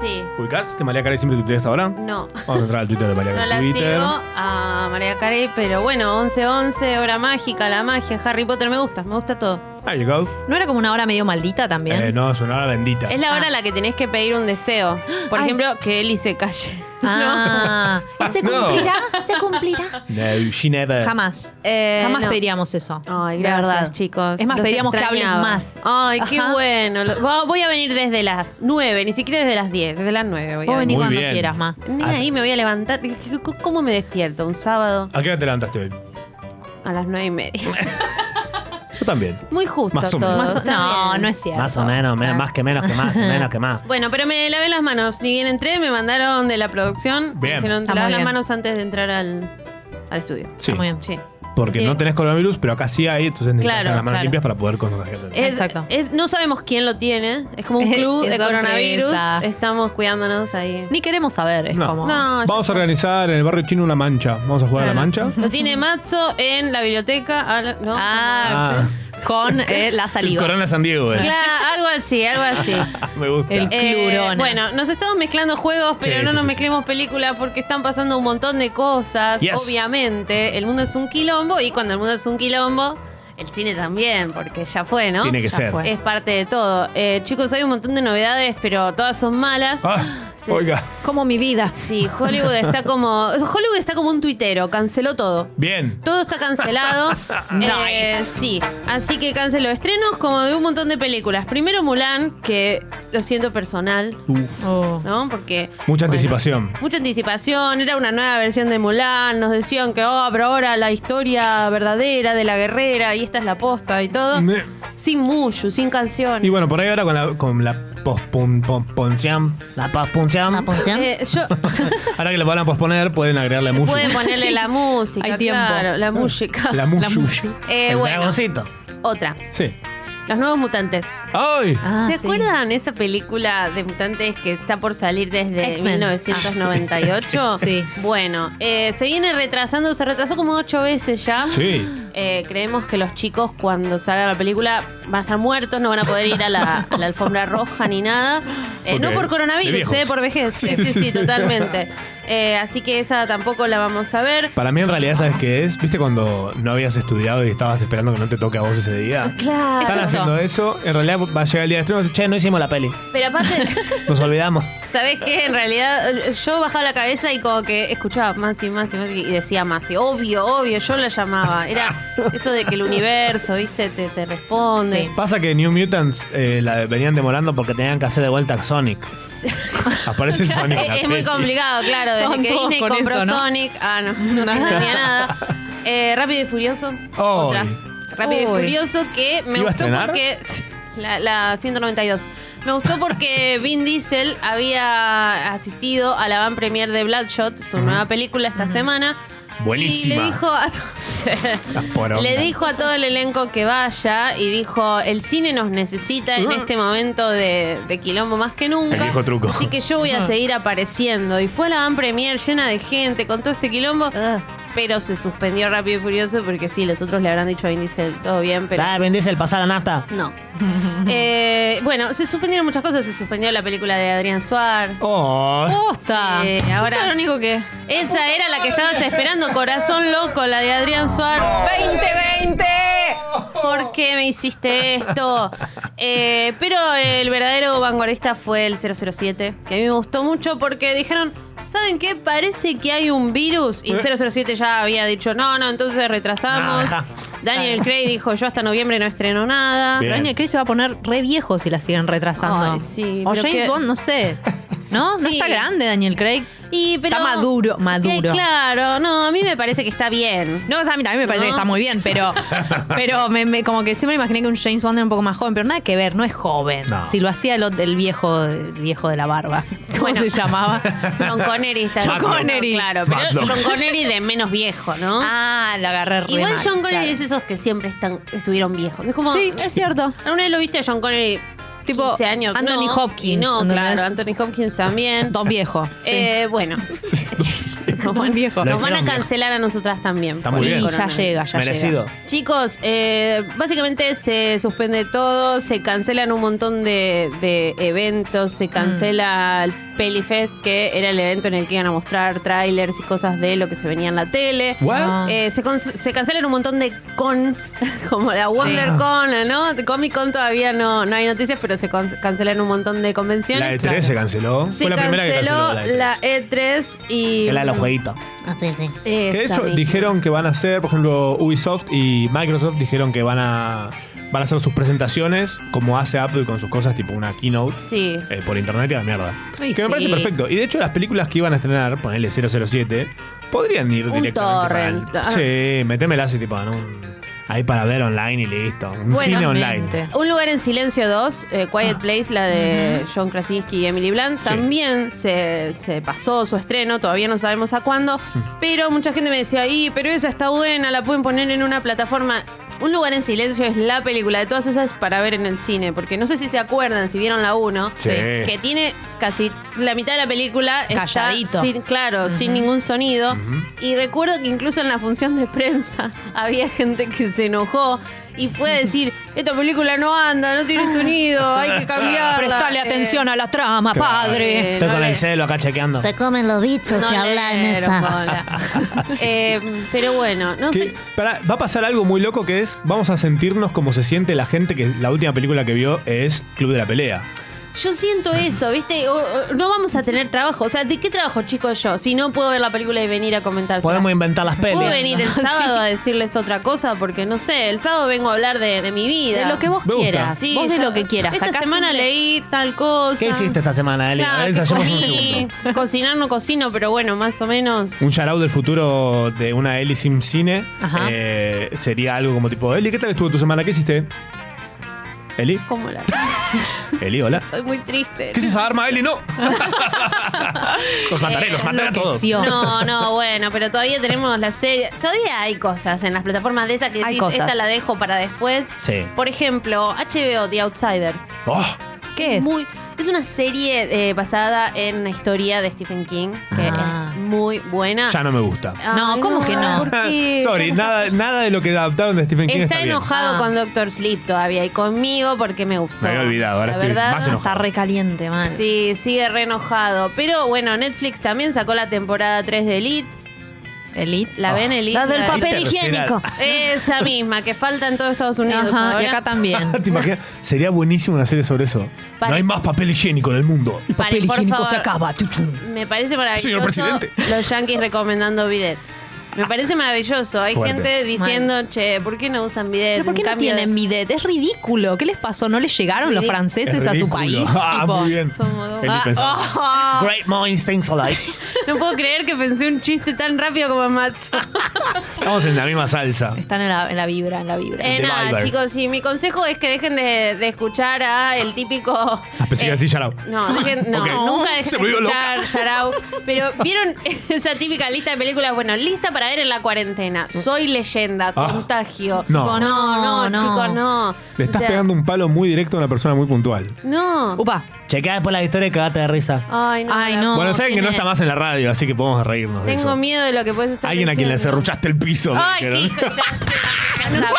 U: Sí.
C: ¿Ubicás que Mariah Carey siempre tuitea esta hora?
U: No.
C: Vamos a entrar al Twitter de Mariah
U: No
C: Carey.
U: la
C: Twitter.
U: sigo a María Carey, pero bueno, 11-11, hora mágica, la magia, Harry Potter, me gusta, me gusta todo.
C: There you go.
U: ¿No era como una hora medio maldita también?
C: Eh, no, es una hora bendita.
U: Es
D: Ah.
U: la hora en la que tenés que pedir un deseo. Por ejemplo, que Eli se calle. Ah,
C: se No. cumplirá,
U: se cumplirá.
C: No, she never.
D: Jamás. Jamás pediríamos eso.
U: Eh, Ay,
D: De
U: gracias,
D: verdad.
U: chicos.
D: Es más,
U: Los
D: pediríamos que hablen
U: extrañaba.
D: más.
U: Ay, qué
D: Ajá.
U: bueno. Lo- va- Voy a venir desde las 9, ni siquiera desde las 10, desde las 9 voy a
D: Vos venís
U: venir.
C: Muy
D: cuando
C: bien.
D: quieras, ma.
U: Ni
C: Hace-
U: ahí me voy a levantar. ¿Qué- qué- qué- ¿Cómo me despierto? ¿Un sábado
C: ¿A qué hora te levantaste hoy?
U: a las 9 y media?
C: Yo también.
U: Muy justo
C: Más o
U: todo.
C: menos.
U: está
D: No,
U: bien.
D: no es cierto. Ah.
A: Más o menos, menos- más que menos que más, que menos que más.
U: Bueno, pero me lavé las manos. Ni bien entré, me mandaron de la producción.
C: Bien.
U: Me dijeron,
C: Está
U: "Te lavas
C: muy
U: las
C: bien.
U: manos antes de entrar al, al estudio.
C: Sí. Está muy
U: bien. Sí.
C: Porque no tenés coronavirus, pero acá sí hay, entonces necesitas
U: Claro,
C: tener las manos
U: claro.
C: limpias para poder contagiarte.
U: Es- es- no sabemos quién lo tiene. Es como un
D: Es-
U: club
D: es
U: de
D: sorpresa.
U: coronavirus. Estamos cuidándonos ahí.
D: Ni queremos saber, es
C: No.
D: como.
U: No,
C: Vamos a organizar en el barrio chino una mancha. Vamos a jugar a la mancha.
U: Lo tiene Matzo en la biblioteca. al- no,
C: Ah.
D: Con eh, la
C: El
D: saliva.
C: Corona San Diego, eh.
U: Claro, Ah, algo así, algo así.
C: Me gusta.
U: Eh,
D: Clurona.
U: bueno, nos estamos mezclando juegos, pero
C: Sí,
U: no
C: sí,
U: nos
C: sí,
U: mezclemos películas porque están pasando un montón de cosas.
D: Yes.
U: Obviamente, el mundo es un quilombo y cuando el mundo es un quilombo, el cine también, porque ya fue, ¿no?
C: Tiene que
U: Ya
C: ser.
U: fue. Es parte de todo. Eh, chicos, hay un montón de novedades, pero todas son malas.
C: Ah,
U: Sí.
C: Oiga.
D: Como mi vida.
U: Sí, Hollywood está como. Hollywood está como un tuitero, canceló todo.
C: Bien.
U: Todo está cancelado. Eh, sí. Así que canceló estrenos como de un montón de películas. Primero Mulan, que lo siento personal,
C: Uf.
D: Oh.
U: ¿no? Porque
C: Mucha anticipación.
U: mucha anticipación, era una nueva versión de Mulan, nos decían que, oh, pero ahora la historia verdadera de la guerrera y esta es la posta y todo.
C: Me-
U: Sin Mushu, sin canciones.
A: Y bueno, por ahí ahora con la, con la pospun- pon- ponción, la pospunción.
U: Eh, yo,
C: Ahora que lo puedan posponer, pueden agregarle mucho.
U: pueden ponerle
D: Sí.
U: la música,
D: Hay tiempo.
U: claro, la música.
C: Ah, La mushu.
U: Eh,
A: el
U: bueno.
A: dragoncito.
U: Otra,
C: Sí.
U: Los Nuevos Mutantes.
C: ¡Ay!
D: Ah,
U: ¿Se acuerdan esa película de mutantes que está por salir desde
D: X-Men. Ah.
U: 1998?
D: Sí.
U: Bueno, eh, se viene retrasando, se retrasó como ocho veces ya.
C: Sí.
U: Eh, creemos que los chicos cuando salga la película van a estar muertos, no van a poder ir a la, a la alfombra roja ni nada. Eh,
D: Ok.
U: No por
D: De
U: coronavirus,
D: viejos.
U: eh, por vejez. Sí, sí, sí, totalmente. Eh, así que esa tampoco la vamos a ver.
C: Para mí en realidad, ¿sabes qué es? ¿Viste cuando no habías estudiado y estabas esperando que no te toque a vos ese día?
U: Claro.
C: Están haciendo eso, en realidad va a llegar el día de estreno, y dicen, che, no hicimos la peli.
U: Pero aparte,
C: Nos olvidamos.
U: ¿Sabes qué? En realidad, eh, yo bajaba la cabeza y como que escuchaba más y más y más y y decía más. y Obvio, obvio, yo la llamaba. Era eso de que el universo, ¿viste? Te, te responde.
A: Pasa que New Mutants eh, la venían demorando porque tenían que hacer de vuelta a Sonic.
C: Aparece el Sonic. en la
U: Es, es muy
A: peli.
U: complicado, claro. Desde
D: Estaban
U: que
D: todos
U: Disney
D: con
U: compró
D: eso, ¿no?
U: Sonic, ah, no, no se entendía nada. Eh, Rápido y Furioso. Otra. Rápido
D: Uy.
U: y Furioso que me
D: ¿Iba a
U: gustó
D: estrenar?
U: porque. La, la 192. Me gustó porque Vin Diesel había asistido a la van premier de Bloodshot, su nueva película esta semana.
B: Buenísima.
U: Y le dijo a to-
B: poronga.
U: le dijo a todo el elenco que vaya y dijo, el cine nos necesita
A: Ah.
U: en este momento de, de quilombo más que nunca.
C: El viejo truco.
U: Así que yo voy
A: Ah.
U: a seguir apareciendo. Y fue a la van premier llena de gente, con todo este quilombo.
A: Ah.
U: Pero se suspendió rápido y furioso porque sí, los otros le habrán dicho a Vin Diesel, todo bien, pero...
A: Ah, vendés el pasar a nafta.
U: No. Eh, bueno, se suspendieron muchas cosas. Se suspendió la película de Adrián Suar.
C: Oh.
D: Posta.
U: Sí,
D: Eso
U: Eh, ahora-
D: es lo Ah, único que.
U: Esa era la que estabas esperando, Corazón Loco, la de Adrián Suar. ¡2020! ¿Por qué me hiciste esto? Eh, pero el verdadero vanguardista fue el 007, que a mí me gustó mucho porque dijeron, ¿Saben qué? Parece que hay un virus. Y
D: ¿Eh?
U: 007 ya había dicho, no, no, entonces retrasamos.
D: No, deja.
U: Daniel Craig dijo, yo hasta noviembre no estreno nada.
D: Pero Daniel Craig se va a poner re viejo si la siguen retrasando.
U: Ay, sí,
D: o
U: pero
D: James
U: que-
D: Bond, no sé. ¿No? No
U: Sí.
D: está grande Daniel Craig.
U: Y, pero-
D: está maduro, maduro.
U: Que, claro, no, a mí me parece que está bien.
D: No, o sea, a mí también me parece que está muy bien, pero, pero me, me- como que siempre imaginé que un James Bond era un poco más joven, pero nada que ver, no es joven.
U: No.
D: Si lo hacía el, ot- el viejo, el viejo de la barba. ¿Cómo se llamaba?
U: John Connery está
D: John Connery.
U: Claro, pero
D: Matlock.
U: John Connery de menos viejo, ¿no?
D: Ah, lo agarré re
U: Igual
D: mal,
U: John Connery
D: claro.
U: es esos que siempre están, estuvieron viejos. Es como.
D: Sí, es cierto.
U: ¿Alguna vez lo viste a John Connery? Tipo, 15 años.
D: Anthony
U: No,
D: Hopkins,
U: No,
D: ¿entendés?
U: claro, Anthony Hopkins también.
D: Don viejo. sí.
U: Eh, bueno.
D: Don viejo.
U: Nos van a cancelar a nosotras también.
D: Está muy
U: por el
D: bien. Y ya
U: coronavirus.
D: llega, ya Merecido. llega.
U: Chicos, eh, básicamente se suspende todo, se cancelan un montón de, de eventos, se
C: Mm.
U: cancela el Pelifest, que era el evento en el que iban a mostrar trailers y cosas de lo que se venía en la tele.
D: What?
U: Eh, se, con- se cancelan un montón de cons, como la WonderCon, ¿no? De Comic Con todavía no, no hay noticias, pero se con- cancelan un montón de convenciones.
C: La E3 se canceló.
U: Se
C: Fue la primera que canceló. E
U: canceló la E3 y.
C: Que la de los jueguitos.
U: Ah, sí, sí.
C: Que de hecho dijeron que van a hacer, por ejemplo, Ubisoft y Microsoft dijeron que van a van a hacer sus presentaciones como hace Apple con sus cosas, tipo una keynote
U: Sí.
C: eh, por internet y a la mierda.
U: Uy,
C: que me parece
U: sí.
C: perfecto. Y de hecho las películas que iban a estrenar, ponele 007, podrían ir
U: Un
C: directamente
U: torrent.
C: para
U: Ah.
C: el- Sí, metémela así tipo en un- ahí para ver online y listo. Un cine online.
U: Un lugar en silencio 2, eh, Quiet Place, la de John Krasinski y Emily Blunt, también se, se pasó su estreno, todavía no sabemos a cuándo, pero mucha gente me decía, "Y, pero esa está buena, la pueden poner en una plataforma." Un lugar en silencio es la película de todas esas para ver en el cine, porque no sé si se acuerdan, si vieron la 1,
D: Sí.
U: que tiene casi la mitad de la película está
D: Calladito.
U: sin- claro, sin ningún sonido. Y recuerdo que incluso en la función de prensa había gente que se enojó y fue a decir, esta película no anda, no tiene sonido, hay que cambiarla. Eh,
D: Prestale atención a la trama,
A: Claro.
D: padre.
A: Estoy con el celo acá chequeando.
E: Te comen los bichos si hablas en esa.
U: Eh, pero bueno, no
C: Que-
U: sé.
C: pará, va a pasar algo muy loco que es vamos a sentirnos como se siente la gente que la última película que vio es Club de la Pelea.
U: Yo siento eso, ¿viste? O- o- no vamos a tener trabajo. O sea, ¿de qué trabajo, chicos, yo? Si no puedo ver la película y venir a comentar.
A: Podemos inventar las pelis.
U: ¿Puedo venir el
A: Sí.
U: sábado a decirles otra cosa? Porque no sé, el sábado vengo a hablar de, de mi vida.
D: De lo que vos Me gusta. quieras. Vos de lo que quieras.
U: Esta
D: Acá
U: semana
D: siempre-
U: leí tal cosa.
A: ¿Qué hiciste esta semana, Eli? A
U: Claro,
A: ver,
U: ¿qué
A: ensayemos un
U: comí?
A: segundo.
U: Cocinar no cocino, pero bueno, más o menos.
C: Un shout del futuro de una Eli Sim Cine
U: Ajá.
C: eh, sería algo como tipo, Eli, ¿qué tal estuvo tu semana? ¿Qué hiciste? Eli,
U: Como la.
C: Eli, hola.
U: Soy muy triste.
C: ¿Qué es esa arma, Eli? No. los mataré, los mataré a todos.
U: No, no, bueno, pero todavía tenemos la serie. Todavía hay cosas en las plataformas de esas que
D: Hay
U: decís,
D: cosas.
U: esta la dejo para después.
D: Sí.
U: Por ejemplo, HBO, The Outsider.
C: Oh,
D: ¿Qué es?
U: Muy- es una serie eh, basada en la historia de Stephen King, que es muy buena.
C: Ya no me gusta.
U: No, ¿cómo que Ah, no? ¿Por qué?
C: Sorry, nada, nada de lo que adaptaron de Stephen King
U: Está,
C: está, bien.
U: enojado con Doctor Sleep todavía y conmigo porque me gustó.
C: Me había olvidado, ahora
U: La
C: estoy
U: verdad,
C: más enojado.
D: recaliente, man.
U: Sí, sigue re enojado. Pero bueno, Netflix también sacó la temporada 3 de Elite.
D: Elite.
U: ¿La
D: Ah.
U: ven Elite?
D: La del papel
U: Elite.
D: higiénico.
U: Esa misma, que falta en todo Estados Unidos.
D: Ajá,
U: ahora.
D: y acá también.
C: ¿Te imaginas? Sería buenísimo una serie sobre eso.
U: Pare-
C: No hay más papel higiénico en el mundo. El
U: Pare, por favor.
C: tuchum.
U: Me parece maravilloso.
C: Señor presidente.
U: Los yankees recomendando bidet. Me parece maravilloso. Hay
D: Fuerte.
U: gente diciendo, che, ¿por qué no usan bidet?
D: ¿Pero por qué
U: En
D: no
U: cambio-
D: tienen bidet? Es ridículo. ¿Qué les pasó? ¿No les llegaron los
U: Ridic-
D: franceses
A: Es
D: a su
A: ridículo.
D: país?
A: Ah,
D: Tipo,
A: muy bien. Eli
U: Ah,
A: pensaba.
U: oh.
A: Great minds thinks alike.
U: No puedo creer que pensé un chiste tan rápido como Mats.
C: Estamos en la misma salsa.
D: Están en la, en la vibra, en la vibra.
U: Eh,
C: The
U: nada,
C: Viber.
U: chicos, y mi consejo es que dejen de, de escuchar a el típico.
C: Ah, pensé que
U: eh,
C: así, Yarao.
U: No, dejen- no,
C: Ok.
U: nunca dejen
C: Se
U: de
C: volvió
U: escuchar
C: loca.
U: Yarao. Pero vieron esa típica lista de películas, bueno, lista para ver en la cuarentena. Soy leyenda,
C: Ah.
U: contagio.
C: No.
U: Tipo, no, no,
D: No, no.
U: chicos, no.
C: Le estás
U: O sea,
C: pegando un palo muy directo a una persona muy puntual.
U: No.
D: Upa.
A: Chequea después la historia y cagate de risa.
U: Ay, no.
D: Ay,
U: la-
D: no.
C: bueno, saben que no
D: tiene-
C: está más en la radio, así que podemos reírnos de
U: Tengo
C: eso.
U: miedo de lo que puedes estar
C: Alguien a quien le
U: diciendo.
C: cerruchaste el piso. me
U: Ay, qué
C: dijeron.
U: hijo, ya sé, ya está hablando.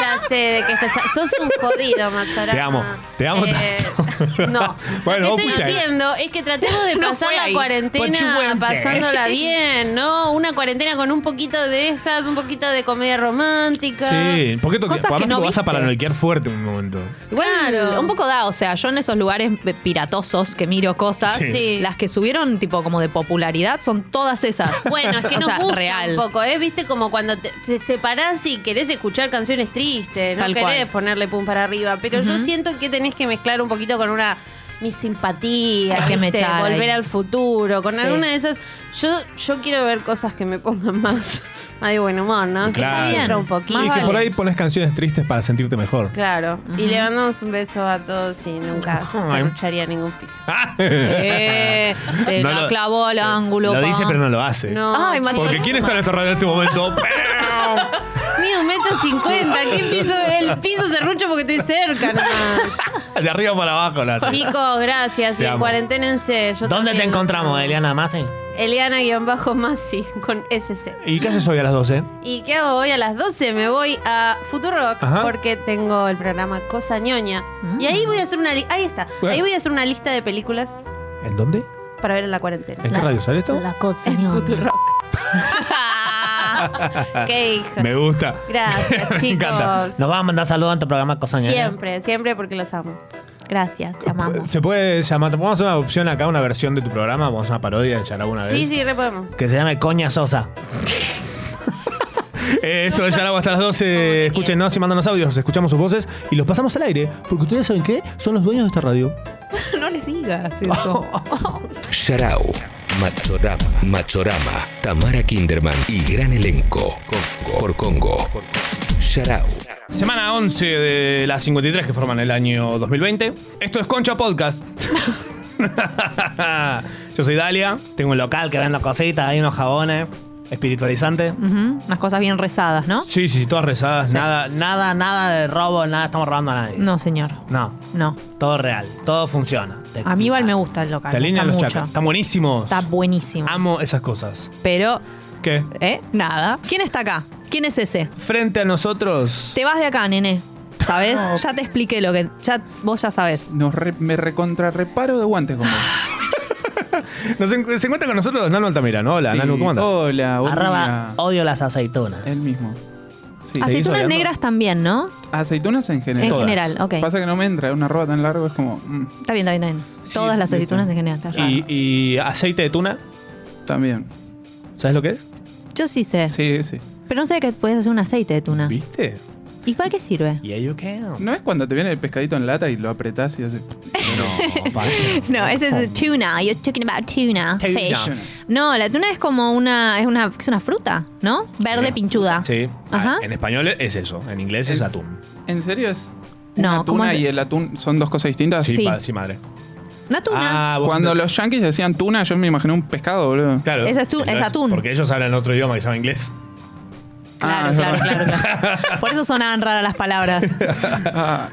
U: ya sé de qué estás. Sos un jodido, Mazzarama.
C: Te amo, te amo
U: Eh,
C: tanto.
U: no.
C: bueno,
U: Lo
C: vos
U: que estoy
C: fuiste ahí.
U: diciendo es que tratemos de
D: No
U: pasar
D: fue
U: la
D: ahí.
U: cuarentena
D: Pochugüenche.
U: pasándola bien, ¿no? Una cuarentena con un poquito de esas, un poquito de comedia romántica.
C: Sí, ¿por qué toque-
D: Cosas
C: además
D: que no
C: tú vas a
D: viste.
C: paranoiquear fuerte en un momento.
U: Ah,
D: Igual, un poco da, o sea, yo en esos lugares eh, piratosos que miro cosas,
C: Sí. Sí.
D: las que subieron tipo como de popularidad son todas esas.
U: Bueno, es que
D: O
U: no
D: sea,
U: gusta
D: real.
U: un poco, ¿eh? Viste como cuando te, te separás y querés escuchar canciones tristes, no
D: Tal
U: querés
D: cual.
U: ponerle pum para arriba, pero yo
D: Ujú.
U: siento que tenés que mezclar un poquito con una mi simpatía,
D: Hay que
U: ¿viste?
D: mechar ahí.
U: volver al futuro, con
D: Sí.
U: alguna de esas. Yo yo quiero ver cosas que me pongan más, más de buen humor, ¿no? Sí,
C: Claro.
U: está bien, un
C: Y
U: poquito.
C: que por ahí pones canciones tristes para sentirte mejor.
U: Claro. Y le mandamos un beso a todos y nunca se
C: Ay. Ah.
U: lucharía ningún piso.
D: Eh, te
C: No
D: la
C: lo- eh,
D: clavó el ángulo.
C: Lo
D: pa.
C: dice, pero no lo hace.
U: No,
D: Ay, Matilda.
C: Porque ¿quién está en esta radio en este momento?
U: Mío, un metro cincuenta. ¿Qué piso? El piso serrucho porque estoy cerca nomás.
C: De arriba para abajo la hace.
U: Chicos, gracias.
A: Te
U: Y
A: amo.
U: cuarenténense. Yo
A: ¿Dónde te
U: también, no
A: encontramos,
U: sé.
A: Eliana Masi?
U: Eliana-Masi con SC.
C: ¿Y qué haces hoy a las 12?
U: ¿Y qué hago hoy a las 12? Me voy a Futurock
C: Ajá.
U: porque tengo el programa Cosa Ñoña.
E: Mm.
U: Y ahí voy a hacer una li- ahí está.
C: Bueno.
U: Ahí voy a hacer una lista de películas
C: ¿En dónde?
U: para ver en la cuarentena.
C: ¿En qué radio sale esto?
U: La Cosa Ñoña. Futurock. qué hija.
A: Me gusta.
U: Gracias,
A: Me encanta.
U: chicos.
A: Nos vas a mandar saludos en tu programa Cosaña.
U: Siempre, siempre porque los amo. Gracias, te amamos.
C: Se puede llamar. Vamos a hacer una opción acá, una versión de tu programa. Vamos a hacer una parodia de Yaraba una
U: Sí,
C: vez.
U: sí, re podemos.
A: Que se llame Coña Sosa.
C: Eh, esto de Yaraba hasta las 12. Escúchenos y mándanos audios. Escuchamos sus voces y los pasamos al aire. Porque ustedes saben qué? Son los dueños de esta radio.
D: no les digas eso.
F: Sharau, Machorama, Machorama, Tamara Kinderman y gran elenco. Por Congo. Sharau.
C: Semana 11 de las 53 que forman el año 2020. Esto es Concha Podcast. Yo soy Dalia.
A: Tengo un local que vendo cositas, hay unos jabones espiritualizantes.
D: Ujú, Unas cosas bien rezadas, ¿no?
C: Sí, sí, todas rezadas.
A: Nada, nada, nada de robo, nada, estamos robando a nadie.
D: No, señor.
A: No.
D: No.
A: Todo real, todo funciona. Te-
D: A mí igual me gusta el local.
C: Te
D: me gusta
C: alinean los
D: mucho.
C: chakras. Están buenísimos.
D: Está buenísimo.
C: Amo esas cosas.
D: Pero,
C: ¿Qué?
D: ¿eh? Nada. ¿Quién está acá? ¿Quién es ese?
C: Frente a nosotros.
D: Te vas de acá, nene. ¿Sabes? Ya te expliqué lo que. Ya, vos ya sabes.
W: Nos re- me recontra reparo de guantes con vos.
C: Nos en- se encuentra con nosotros Nano Altamirano. Hola,
W: Sí.
C: Nanu, ¿cómo andas?
W: Hola, buen
A: Arroba odio las aceitunas.
W: El mismo. Sí.
D: Aceitunas negras también, ¿no?
W: Aceitunas en general.
D: En general, ok.
W: Pasa que no me entra una arroba tan largo, es como. mm.
D: Está bien, está bien, está bien. Todas las aceitunas de general. está raro.
C: Y, y aceite de tuna.
W: También.
C: ¿Sabes lo que es?
D: Yo sí sé.
W: Sí, sí.
D: Pero no sé que puedes hacer un aceite de tuna.
C: ¿Viste?
D: ¿Y para qué sirve?
C: ¿Y ahí qué?
W: ¿No es cuando te viene el pescadito en lata y lo apretás y haces.
C: No,
D: No, ese es tuna. You're talking about tuna.
W: Tuna.
D: Fish. No, la tuna es como una. Es una, es una fruta, ¿no? Verde pinchuda.
C: Sí. Ah,
D: Ajá.
C: En español es eso. En inglés es atún.
W: ¿En serio es.?
D: No,
W: una
D: ¿cómo
W: tuna
D: es?
W: y el atún son dos cosas distintas.
D: Sí, Sí. pa-
C: sí madre.
D: Una
C: Ah,
D: tuna.
W: Cuando los yankees decían tuna, yo me imaginé un pescado, boludo.
C: Claro.
D: Ese es tu- es
C: Entonces,
D: atún.
C: Porque ellos hablan otro idioma que se llama inglés. ah,
D: Claro, claro, claro, claro. Por eso sonaban raras las palabras.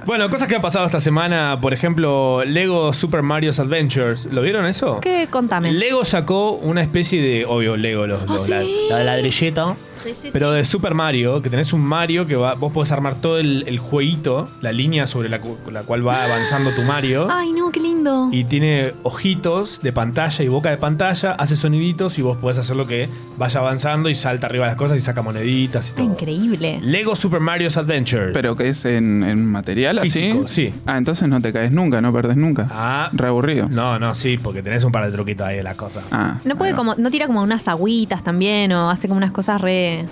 C: Bueno, cosas que han pasado esta semana. Por ejemplo, Lego Super Mario's Adventures. ¿Lo vieron eso?
D: ¿Qué? Contame.
C: Lego sacó una especie de, obvio, Lego, los, los,
D: Ah,
C: la- los ladrillitos.
D: Sí, sí,
C: Pero de Super Mario, que tenés un Mario que va, vos podés armar todo el, el jueguito, la línea sobre la, cu- la cual va avanzando tu Mario.
D: Ay, no, qué lindo.
C: Y tiene ojitos de pantalla y boca de pantalla, hace soniditos y vos podés hacer lo que vaya avanzando y salta arriba de las cosas y saca moneditas y todo.
D: Increíble.
C: Lego Super Mario's Adventure.
W: Pero que es en, en material
C: Físico,
W: así. Sí. Ah, entonces no te caes nunca, no perdés nunca.
C: Ah.
W: Reaburrido.
C: No, no, sí, porque tenés un par de truquitos ahí de las cosas.
W: Ah.
D: No puede como, no tira como unas agüitas también o hace como unas cosas re.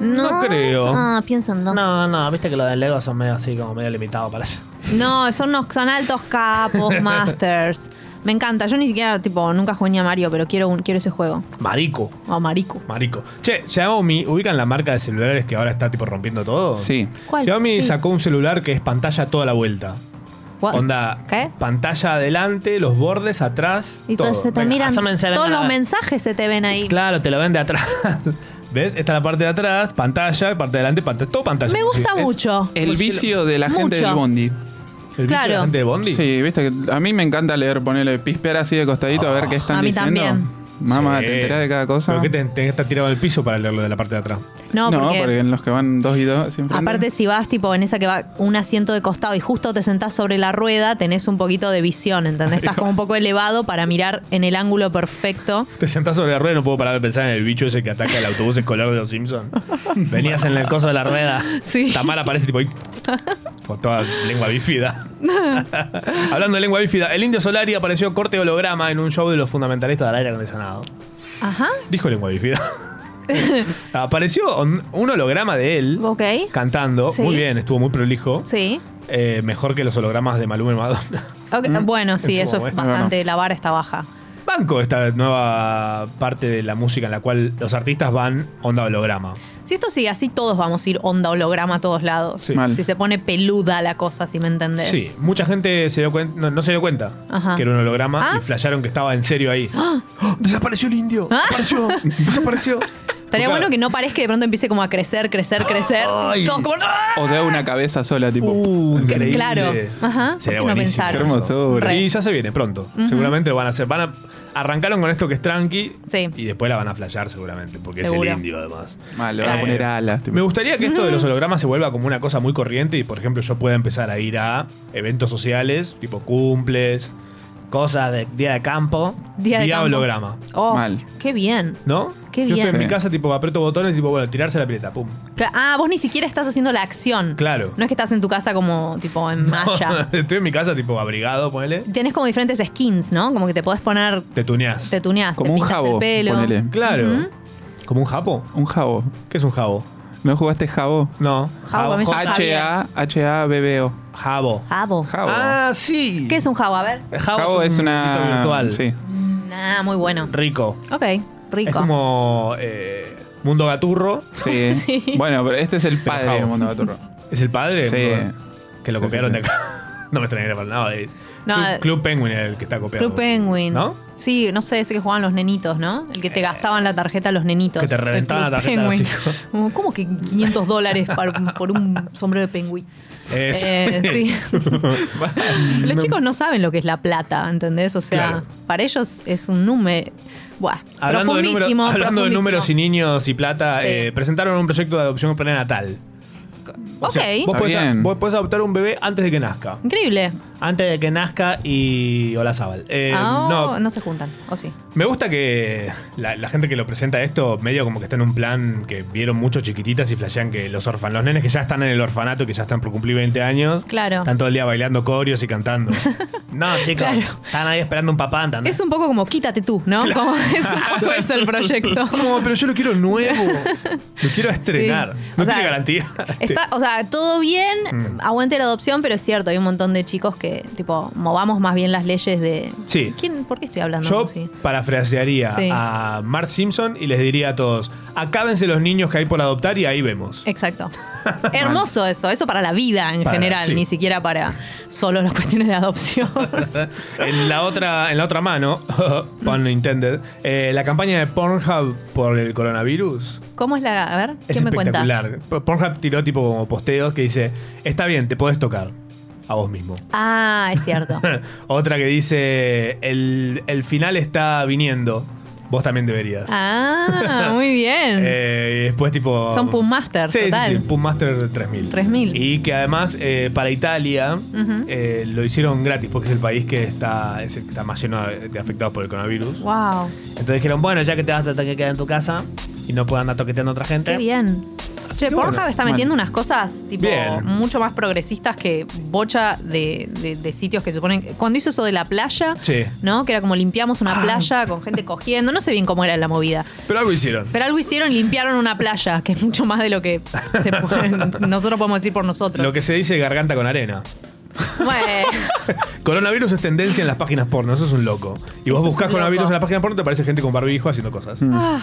D: No,
A: creo.
D: Ah, pienso en no.
A: No, no, viste que los de Lego son medio así, como medio limitados para eso.
D: No, son, unos- son altos capos, masters. Me encanta. Yo ni siquiera, tipo, nunca jugué ni a Mario, pero quiero, un- quiero ese juego.
C: Marico.
D: O Marico.
C: Marico. Che, Xiaomi, ¿ubican la marca de celulares que ahora está tipo rompiendo todo?
W: Sí.
D: ¿Cuál?
C: Xiaomi
D: Sí.
C: sacó un celular que es pantalla toda la vuelta.
D: What?
C: Onda,
D: ¿Qué?
C: pantalla adelante, los bordes atrás.
D: Y
C: todo.
D: pues se te
C: Venga,
D: miran
C: asomense, venga,
D: todos
C: la-
D: los mensajes se te ven ahí.
C: Claro, te lo ven de atrás. ¿Ves? Está la parte de atrás, pantalla, parte de adelante, pantalla, todo pantalla.
D: Me gusta
C: inclusive.
D: mucho.
W: El vicio de la
D: Mucho.
W: gente del Bondi.
C: ¿El vicio de la gente de Bondi?
W: Sí, viste que a mí me encanta leer, ponerle pispear así de costadito a ver qué están
D: A mí
W: diciendo.
D: también.
W: Mamá, te enterás de cada cosa.
C: Pero que te, tenés que estar tirado al piso para leerlo de la parte de atrás.
D: No, porque-
W: en los que van dos y dos siempre.
D: Aparte, si vas tipo en esa que va un asiento de costado y justo te sentás sobre la rueda, tenés un poquito de visión, ¿entendés? Estás como un poco elevado para mirar en el ángulo perfecto.
C: Te sentás sobre la rueda y no puedo parar de pensar en el bicho ese que ataca el autobús escolar de los Simpsons. Venías en el coso de la rueda.
D: Sí.
C: Tamara aparece tipo ahí. Con toda lengua bífida. Hablando de lengua bífida, el indio Solari apareció corte holograma en un show de los fundamentalistas del aire acondicionado.
D: Ajá.
C: Dijo lengua bífida. apareció un, un holograma de él
D: Ok.
C: cantando.
D: Sí.
C: Muy bien, estuvo muy prolijo.
D: Sí.
C: Eh, mejor que los hologramas de Maluma y Madonna.
D: Ok, Bueno, sí,
C: En su
D: eso es
C: momento.
D: bastante. La vara está baja.
C: Banco esta nueva parte de la música en la cual los artistas van onda holograma.
D: Si esto sigue así, todos vamos a ir onda holograma a todos lados.
C: Sí. Mal.
D: Si se pone peluda la cosa, si me entendés.
C: Sí, mucha gente se dio cuen- no, no se dio cuenta
D: Ajá.
C: que era un holograma
D: Ah.
C: y flasharon que estaba en serio ahí. ¡Oh! ¡Desapareció el indio! ¡Desapareció! ¡Desapareció!
D: Estaría bueno que no parezca que de pronto empiece como a crecer, crecer, crecer. Todos como, ¡ah!
W: O sea, una cabeza sola, tipo.
C: Uh. increíble.
D: Claro. Ajá. ¿Por
C: Sería
D: qué no
C: buenísimo.
D: pensaron?
W: Qué hermosura.
D: Re.
C: Y ya se viene pronto.
D: Ujú.
C: Seguramente lo van a hacer. Van a, arrancaron con esto que es tranqui
D: Sí.
C: y después la van a flashear seguramente, porque es
D: Seguro.
C: el indio además.
W: Mal, le van a poner alas. tipo.
C: Me gustaría que esto de los hologramas se vuelva como una cosa muy corriente y, por ejemplo, yo pueda empezar a ir a eventos sociales, tipo cumples, cosas de día de campo,
D: Día de campo.
C: holograma.
D: Oh, Qué bien.
C: ¿No?
D: Qué
C: Yo
D: bien.
C: estoy en mi casa, tipo, aprieto botones, tipo, bueno, tirarse la pileta, pum.
D: Cla- Ah, vos ni siquiera estás haciendo la acción.
C: Claro.
D: No es que estás en tu casa como tipo en malla.
C: estoy en mi casa, tipo, abrigado, ponele.
D: Tenés como diferentes skins, ¿no? Como que te podés poner,
C: Te tuneás.
D: te tuneás, te pintas el pelo.
C: Claro.
D: Ujú.
C: ¿Como un japo?
W: Un jabo.
C: ¿Qué es un jabo?
W: ¿No jugaste jabo?
C: No.
D: Jabo, para mí es un
W: H-A-H-A-B-B-O.
C: Jabo.
D: Jabo.
C: Ah, sí.
D: ¿Qué es un jabo? A ver.
W: Jabo es, una.
C: virtual.
W: Sí.
D: Nah, muy bueno.
C: Rico.
D: Ok, rico.
C: Es como eh, Mundo Gaturro.
W: Sí. Bueno, pero este es el padre
C: jabo.
W: del mundo gaturro.
C: ¿Es el padre?
W: Sí.
C: Que lo
W: Sí,
C: copiaron
W: sí,
C: de acá. No me extrañaría para nada. eh.
D: No,
C: Club,
D: eh,
C: Club Penguin es el que está copiado.
D: Club Penguin.
C: ¿No? Eh.
D: Sí, no sé, ese que jugaban los nenitos, ¿no? El que te gastaban la tarjeta a los nenitos.
C: Que te reventaban
D: El
C: la
D: Club
C: tarjeta a los
D: Penguin. Como, ¿Cómo que 500 dólares par- por un sombrero de pingüí?
C: Es-
D: Eh, sí. Los
C: No.
D: chicos no saben lo que es la plata, ¿entendés? O sea,
C: Claro.
D: para ellos es un número. Buah,
C: Hablando, de, número-
D: profundísimo.
C: hablando de
D: profundísimo.
C: números y niños y plata,
D: Sí.
C: eh, presentaron un proyecto de adopción prenatal. O
D: Ok.
C: sea, vos,
W: Está
C: podés,
W: bien.
C: vos podés adoptar un bebé antes de que nazca.
D: Increíble.
C: Antes de que nazca y. Hola, Zabal. Eh,
D: Ah,
C: no, Ah,
D: no. se juntan, ¿o sí?
C: Me gusta que la, la gente que lo presenta esto, medio como que está en un plan que vieron mucho chiquititas y flashean que los orfan, los nenes que ya están en el orfanato, que ya están por cumplir 20 años,
D: Claro.
C: están todo el día bailando corios y cantando. no, chicos,
D: Claro.
C: están ahí esperando un papá, ¿entendés?
D: Es un poco como quítate tú, ¿no? Como, es un poco ese el proyecto.
C: No, pero yo lo quiero nuevo. Lo quiero estrenar.
D: Sí.
C: No
D: O sea,
C: tiene garantía.
D: Está, o sea, todo bien,
C: Mm.
D: aguante la adopción, pero es cierto, hay un montón de chicos que, tipo, movamos más bien las leyes de.
C: Sí.
D: ¿Quién, ¿Por qué estoy hablando
C: Yo
D: así?
C: parafrasearía
D: Sí.
C: a Mark Simpson y les diría a todos: acábense los niños que hay por adoptar y ahí vemos.
D: Exacto. Hermoso eso, eso para la vida en
C: Para-
D: general,
C: sí.
D: ni siquiera para solo las cuestiones de adopción.
C: en la otra, en la otra mano, pun
D: Mm.
C: intended, eh, la campaña de Pornhub por el coronavirus
D: ¿Cómo es la.? A ver, ¿qué
C: es
D: me cuenta?
C: espectacular. Pornhub tiró tipo como posteos que dice, está bien, te podés tocar a vos mismo.
D: Ah, es cierto.
C: otra que dice, el, el final está viniendo, vos también deberías.
D: Ah, muy bien.
C: Eh, y después tipo...
D: Son Pum Masters,
C: Sí, sí,
D: total.
C: sí, Pum Master 3000.
D: 3000.
C: Y que además eh, para Italia
D: Ujú.
C: eh, lo hicieron gratis porque es el país que está, es el que está más lleno de de afectados por el coronavirus.
D: Wow,
C: Entonces dijeron, bueno, ya que te vas a tener que quedar en tu casa y no puedo andar toqueteando a otra gente.
D: qué bien. Che,
C: que
D: Pornhub
C: bueno,
D: está
C: bueno.
D: metiendo unas cosas tipo
C: Bien.
D: mucho más progresistas que bocha de, de- de sitios que suponen. Cuando hizo eso de la playa,
C: Sí. Ah.
D: ¿no? Que era como limpiamos una playa con gente cogiendo, no sé bien cómo era la movida.
C: Pero algo hicieron.
D: Pero algo hicieron y limpiaron una playa, que es mucho más de lo que se puede- nosotros podemos decir por nosotros.
C: Lo que se dice garganta con arena.
D: Bueno,
C: Coronavirus es tendencia en las páginas porno, eso es un loco. Y vos
D: Eso es
C: buscás
D: un
C: coronavirus
D: loco.
C: en las páginas porno, te aparece gente con barbijo haciendo cosas.
D: ah,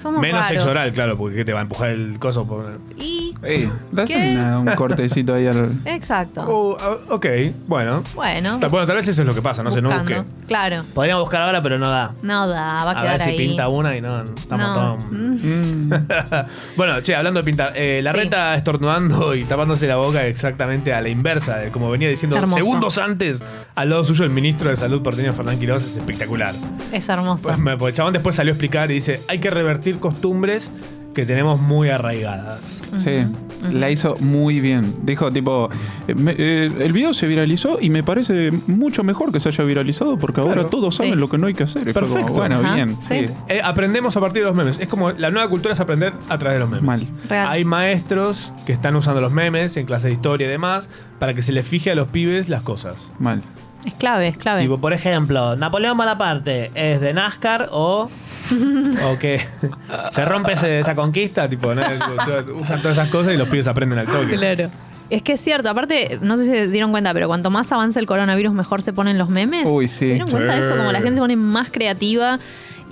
D: somos
C: Menos
D: raros.
C: sexo oral, claro, porque ¿qué te va a empujar el coso. por-
D: Y
W: Ey, le hacen
D: ¿Qué?
W: una- un cortecito ahí al.
D: Exacto.
C: Oh. ah, ok, bueno.
D: Ah. Bueno,
C: Ta- Bueno, tal vez eso es lo que pasa, no sé, no
D: buscando.
C: busqué.
D: Claro.
A: Podríamos buscar ahora, pero no da.
D: No da, va a,
A: A
D: quedar
A: ver si
D: ahí.
A: pinta una y no. Estamos
D: No.
A: todos.
C: Mm. bueno, che, hablando de pintar, eh, la reta estornudando y tapándose la boca exactamente a la inversa, de como venía diciendo
D: Hermoso.
C: segundos antes al lado suyo el ministro de Salud porteño Fernán Quiroz, es espectacular.
D: Es hermoso.
C: Pues, me- porque el chabón después salió a explicar y dice, hay que revertir costumbres que tenemos muy arraigadas.
W: Sí,
D: Mm.
W: la hizo muy bien. Dijo, tipo, eh, me- eh, el video se viralizó y me parece mucho mejor que se haya viralizado porque ahora todos saben lo que no hay que hacer. Y fue como,
C: Perfecto.
W: bueno, bien. sí.
C: Eh, aprendemos a partir de los memes. Es como la nueva cultura es aprender a través de los memes. Hay maestros que están usando los memes en clases de historia y demás para que se les fije a los pibes las cosas.
W: Mal.
D: Es clave, es clave.
A: Tipo, por ejemplo, Napoleón Bonaparte es de NASCAR o.
C: O que se rompe ese- esa conquista, tipo, ¿no? usan todas esas cosas y los pibes aprenden al toque.
D: Claro. Es que es cierto, aparte, no sé si se dieron cuenta, pero cuanto más avanza el coronavirus, mejor se ponen los memes.
W: Uy, sí.
D: ¿Se dieron cuenta de eso?
W: Sí.
D: Como la gente se pone más creativa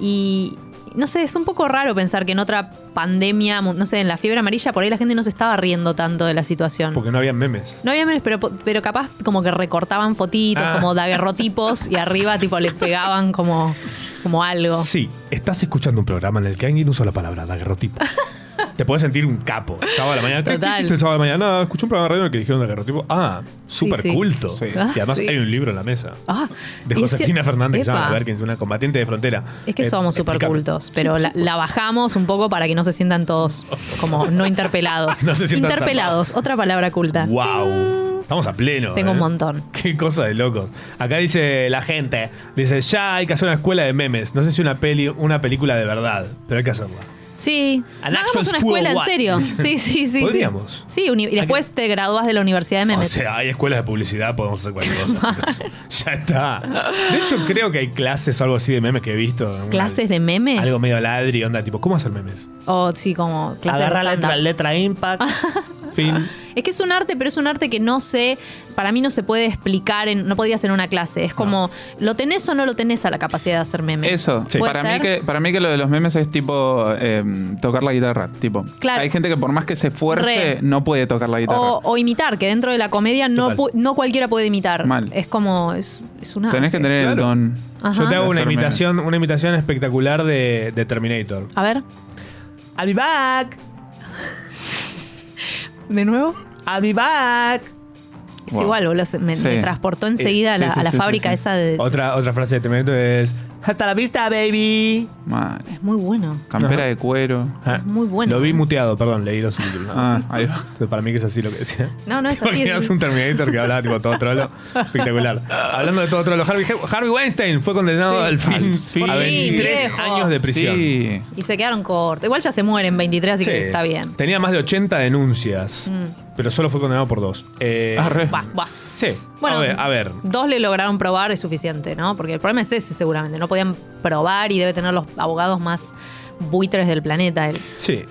D: y. No sé, es un poco raro pensar que en otra pandemia, mu- no sé, en la fiebre amarilla, por ahí la gente no se estaba riendo tanto de la situación.
C: Porque no habían memes.
D: No había memes, pero, pero capaz como que recortaban fotitos,
C: Ah.
D: como daguerrotipos, y arriba tipo les pegaban como, como algo.
C: Sí, estás escuchando un programa en el que alguien usa la palabra daguerrotipo. Te puedes sentir un capo. Sábado a la mañana. ¿Qué, qué
D: Total.
C: hiciste el sábado a la mañana? Nada, escuché un programa de radio en el que dijeron daguerrotipo. Ah, súper
D: sí.
C: culto.
D: Sí.
C: Y además
D: Ah, sí.
C: hay un libro en la mesa.
D: Ah,
C: De
D: y
C: Josefina
D: si-
C: Fernández, que se llama
D: Epa.
C: Berkins, una combatiente de frontera.
D: Es que
C: Eh,
D: somos súper
C: explícame.
D: cultos, pero la, la bajamos un poco para que no se sientan todos como no interpelados.
C: No se sientan
D: interpelados, otra palabra culta.
C: ¡Wow! Estamos a pleno.
D: Tengo un
C: ¿eh?
D: montón.
C: Qué cosa de locos. Acá dice la gente, dice, ya hay que hacer una escuela de memes. No sé si una peli, una película de verdad, pero hay que hacerla.
D: Sí,
C: An
D: hagamos
C: actual
D: una
C: school
D: escuela
C: of
D: en
C: what?
D: serio. Sí, sí, sí, sí.
C: Podríamos.
D: Sí, uni- y después te gradúas de la Universidad de
C: O
D: Memes.
C: sea, hay escuelas de publicidad, podemos hacer cualquier cosa. chicos. ya está. De hecho, creo que hay clases o algo así de memes que he visto. Una-
D: ¿Clases de memes?
C: Algo medio ladri, onda, tipo, ¿cómo hacer memes?
D: O sí, como clases de
A: Agarra
D: stand-up.
A: letra, letra impact.
C: Fin.
D: Es que es un arte, pero es un arte que no sé, para mí no se puede explicar, en, no podría ser una clase. Es como, ¿lo tenés o no lo tenés a la capacidad de hacer memes?
W: Eso,
D: ¿Puede
W: para, mí
D: ser?
W: que, para mí que lo de los memes es tipo eh, tocar la guitarra. Tipo,
D: Claro.
W: hay gente que por más que se esfuerce
D: Re. Oh.
W: no puede tocar la guitarra.
D: O, o imitar, que dentro de la comedia no,
W: Total.
D: pu- no cualquiera puede imitar.
W: Mal.
D: Es como, es, es una...
W: Tenés que tener el
C: Claro.
W: don.
D: Ajá.
C: Yo te hago
W: De
C: una
W: hacer memes.
C: imitación, una imitación espectacular de, de Terminator.
D: A ver.
A: I'll be back.
D: ¿De nuevo?
A: I'll be back.
D: Es
C: Wow.
D: igual, boludo, se- me,
C: Sí.
D: me transportó enseguida a la,
C: Sí, sí,
D: a la
C: sí,
D: fábrica
C: sí, Oh. sí.
D: esa de...
C: Otra, otra frase de Terminator es.
A: Hasta la vista, baby.
W: Mal.
D: Es muy bueno.
W: Campera
C: Ajá.
W: de cuero.
D: muy bueno.
C: Ah,
D: ¿eh?
C: Lo vi muteado, perdón, leí los subtítulos.
W: Ah, ahí va.
C: Entonces, Para mí que es así lo que decía.
D: No, no, es
C: ¿Te
D: así, es-
C: imaginas un Terminator que hablaba tipo todo trolo? Espectacular. Hablando de todo trolo, Harvey, Harvey Weinstein fue condenado al fin,
W: fin.
C: a
D: Por fin,
C: 23
D: viejo.
C: años de prisión.
W: Sí.
D: Y se quedaron cortos. Igual ya se mueren 23, así
C: Sí.
D: que está bien.
C: Tenía más de 80 denuncias,
D: Mm.
C: pero solo fue condenado por dos. Eh,
D: Va, va.
C: Sí.
D: Bueno.
C: a ver, a ver.
D: Dos le lograron probar, es suficiente, ¿no? Porque el problema es ese, seguramente. No podían probar y debe tener los abogados más buitres del planeta. él.
C: Sí.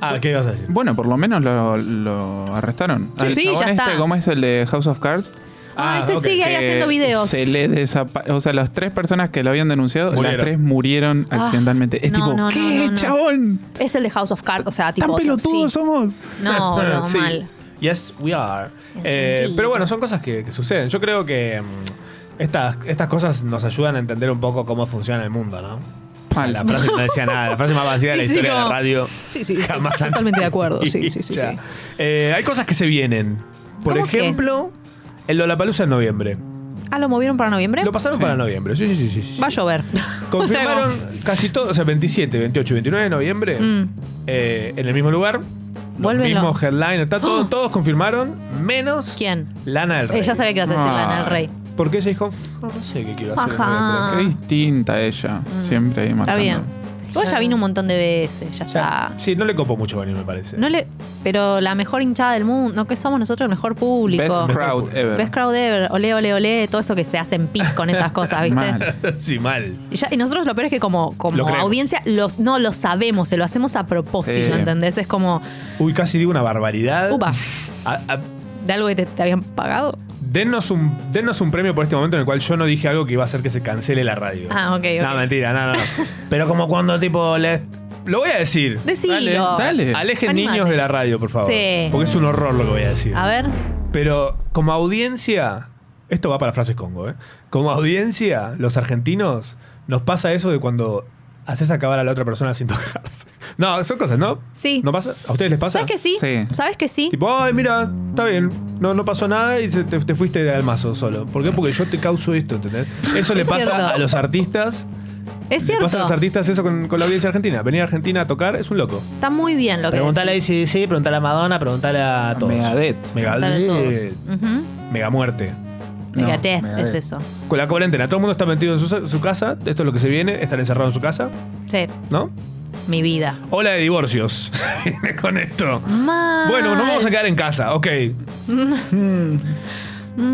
C: Ah, ¿qué ibas a decir?
W: Bueno, por lo menos lo, lo arrestaron.
D: Sí.
W: Al
D: Sí, ya
W: chabón
D: está.
W: Este, ¿Cómo es el de House of Cards?
D: Ah, Ah, ese ok. sigue ahí
W: Que
D: haciendo videos.
W: Se le desapa- O sea, las tres personas que lo habían denunciado,
C: Murieron.
W: las tres murieron
D: Ah,
W: accidentalmente. Es
D: no,
W: tipo,
D: no,
W: ¿qué,
D: no, no, no.
W: chabón?
D: Es el de House of Cards, o sea, tipo...
W: ¿Tan
D: otro,
W: pelotudos
D: sí.
W: somos?
D: No, no,
C: Sí.
D: mal.
C: Yes, we are. Eh,
D: indeed.
C: pero bueno, son cosas que, que suceden. Yo creo que mm, estas, estas cosas nos ayudan a entender un poco cómo funciona el mundo, ¿no? La frase que no decía nada, la frase más vacía de la
D: Sí, sí,
C: historia de
D: no.
C: la radio.
D: Sí, sí,
C: Jamás
D: estoy totalmente de acuerdo. Sí, sí, sí,
C: dicha.
D: sí.
C: Eh, hay cosas que se vienen. Por
D: ¿Cómo qué?
C: ejemplo, el Lollapalooza en noviembre.
D: Ah, ¿lo movieron para noviembre?
C: Lo pasaron para noviembre, sí, sí, sí. sí, sí.
D: Va a llover.
C: Confirmaron
D: O sea,
C: casi todo, o sea, 27, 28, 29 de noviembre,
D: Mm.
C: eh, en el mismo lugar. Los
D: Vuelven lo-
C: mismos headliners, está todo- todos confirmaron, menos
D: ¿Quién?
C: Lana del Rey.
D: Ella sabía que ibas a decir Lana del
W: Ah.
D: Rey.
C: ¿Por qué ella dijo? No sé qué quiero hacer. en
D: Ajá.
C: noviembre"?
D: Ah.
W: Qué distinta ella. Siempre ahí
D: Está
W: marcando.
D: bien. Igual ya vino un montón de veces, ya está.
C: Sí, no le copó mucho venir, me parece.
D: No le, pero la mejor hinchada del mundo, no que somos nosotros el mejor público.
W: Best crowd ever.
D: Best crowd ever. Ole, ole, ole. Todo eso que se hace en pis con esas cosas, ¿viste?
C: sí, mal.
D: Y, ya- y nosotros lo peor es que como, como
C: Lo creemos.
D: audiencia los, no lo sabemos, se lo hacemos a propósito,
C: Sí.
D: ¿entendés? Es como,
C: Uy, casi digo una barbaridad.
D: upa,
C: A- a-
D: de algo que te, te habían pagado.
C: dennos, un, dennos un premio por este momento en el cual yo no dije algo que iba a hacer que se cancele la radio.
D: Ah, ok, ok.
C: No, mentira, no, no. no. Pero como cuando tipo les, Lo voy a decir.
D: Decilo. Dale, dale.
C: Alejen
D: Animate.
C: niños de la radio, por favor.
D: Sí.
C: Porque es un horror lo que voy a decir.
D: A ver.
C: Pero como audiencia, esto va para frases Congo, ¿eh? Como audiencia, los argentinos nos pasa eso de cuando haces acabar a la otra persona sin tocarse. No, son cosas, ¿no?
D: Sí.
C: ¿No pasa? ¿A ustedes les pasa?
D: ¿Sabes que sí? ¿Sabes que sí?
C: Tipo, ay, mira, está bien, no, no pasó nada y se- te, te fuiste al mazo solo. ¿Por qué? Porque yo te causo esto, ¿entendés? Eso le
D: Es
C: pasa
D: cierto.
C: a los artistas.
D: Es
C: Le
D: cierto.
C: pasa a los artistas eso con, con la audiencia argentina. Venir a Argentina a tocar es un loco.
D: Está muy bien lo que
A: Preguntale a
D: decís.
A: ACDC, preguntale a Madonna, preguntale a todos.
C: Megadeth. Megadeth.
D: Ujú.
C: Megamuerte.
D: Megadeth
C: Megadeth.
D: es eso.
C: Con la cuarentena, todo el mundo está metido en su, su casa. Esto es lo que se viene, estar encerrado en su casa,
D: Sí,
C: ¿no?
D: mi vida.
C: Ola de divorcios. Viene con esto.
D: Mal.
C: Bueno, nos vamos a quedar en casa, ok.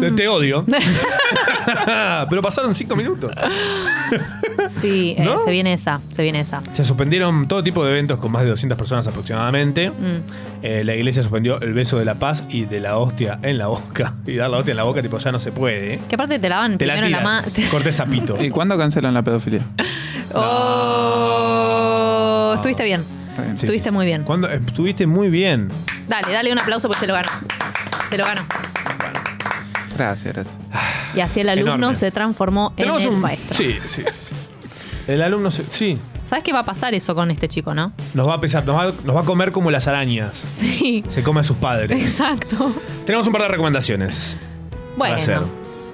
C: Te, te odio. Pero pasaron cinco minutos.
D: Sí, eh, se viene esa, se viene esa.
C: Se suspendieron todo tipo de eventos con más de 200 personas aproximadamente. Eh, la iglesia suspendió el beso de la paz y de la hostia en la boca. Y dar la hostia en la boca, tipo, ya no se puede.
D: Que aparte te la van
C: Te la
D: primero en la
C: tiran.
D: mano.
C: Corté sapito.
W: ¿Y cuándo cancelan la pedofilia?
D: Oh, estuviste bien.
C: Sí,
D: estuviste muy bien.
C: ¿Cuándo? Estuviste muy bien.
D: Dale, dale un aplauso porque se lo ganó. Se lo ganó.
W: Gracias, gracias.
D: Y así el alumno
C: Enorme.
D: se transformó en
C: Tenemos
D: el
C: un-
D: maestro.
C: Sí, sí. El alumno, se- sí,
D: ¿Sabes qué va a pasar eso con este chico, no?
C: nos va a pesar, nos va, nos va a comer como las arañas.
D: Sí.
C: Se come a sus padres.
D: Exacto.
C: Tenemos un par de recomendaciones.
D: Bueno.
C: Para hacer.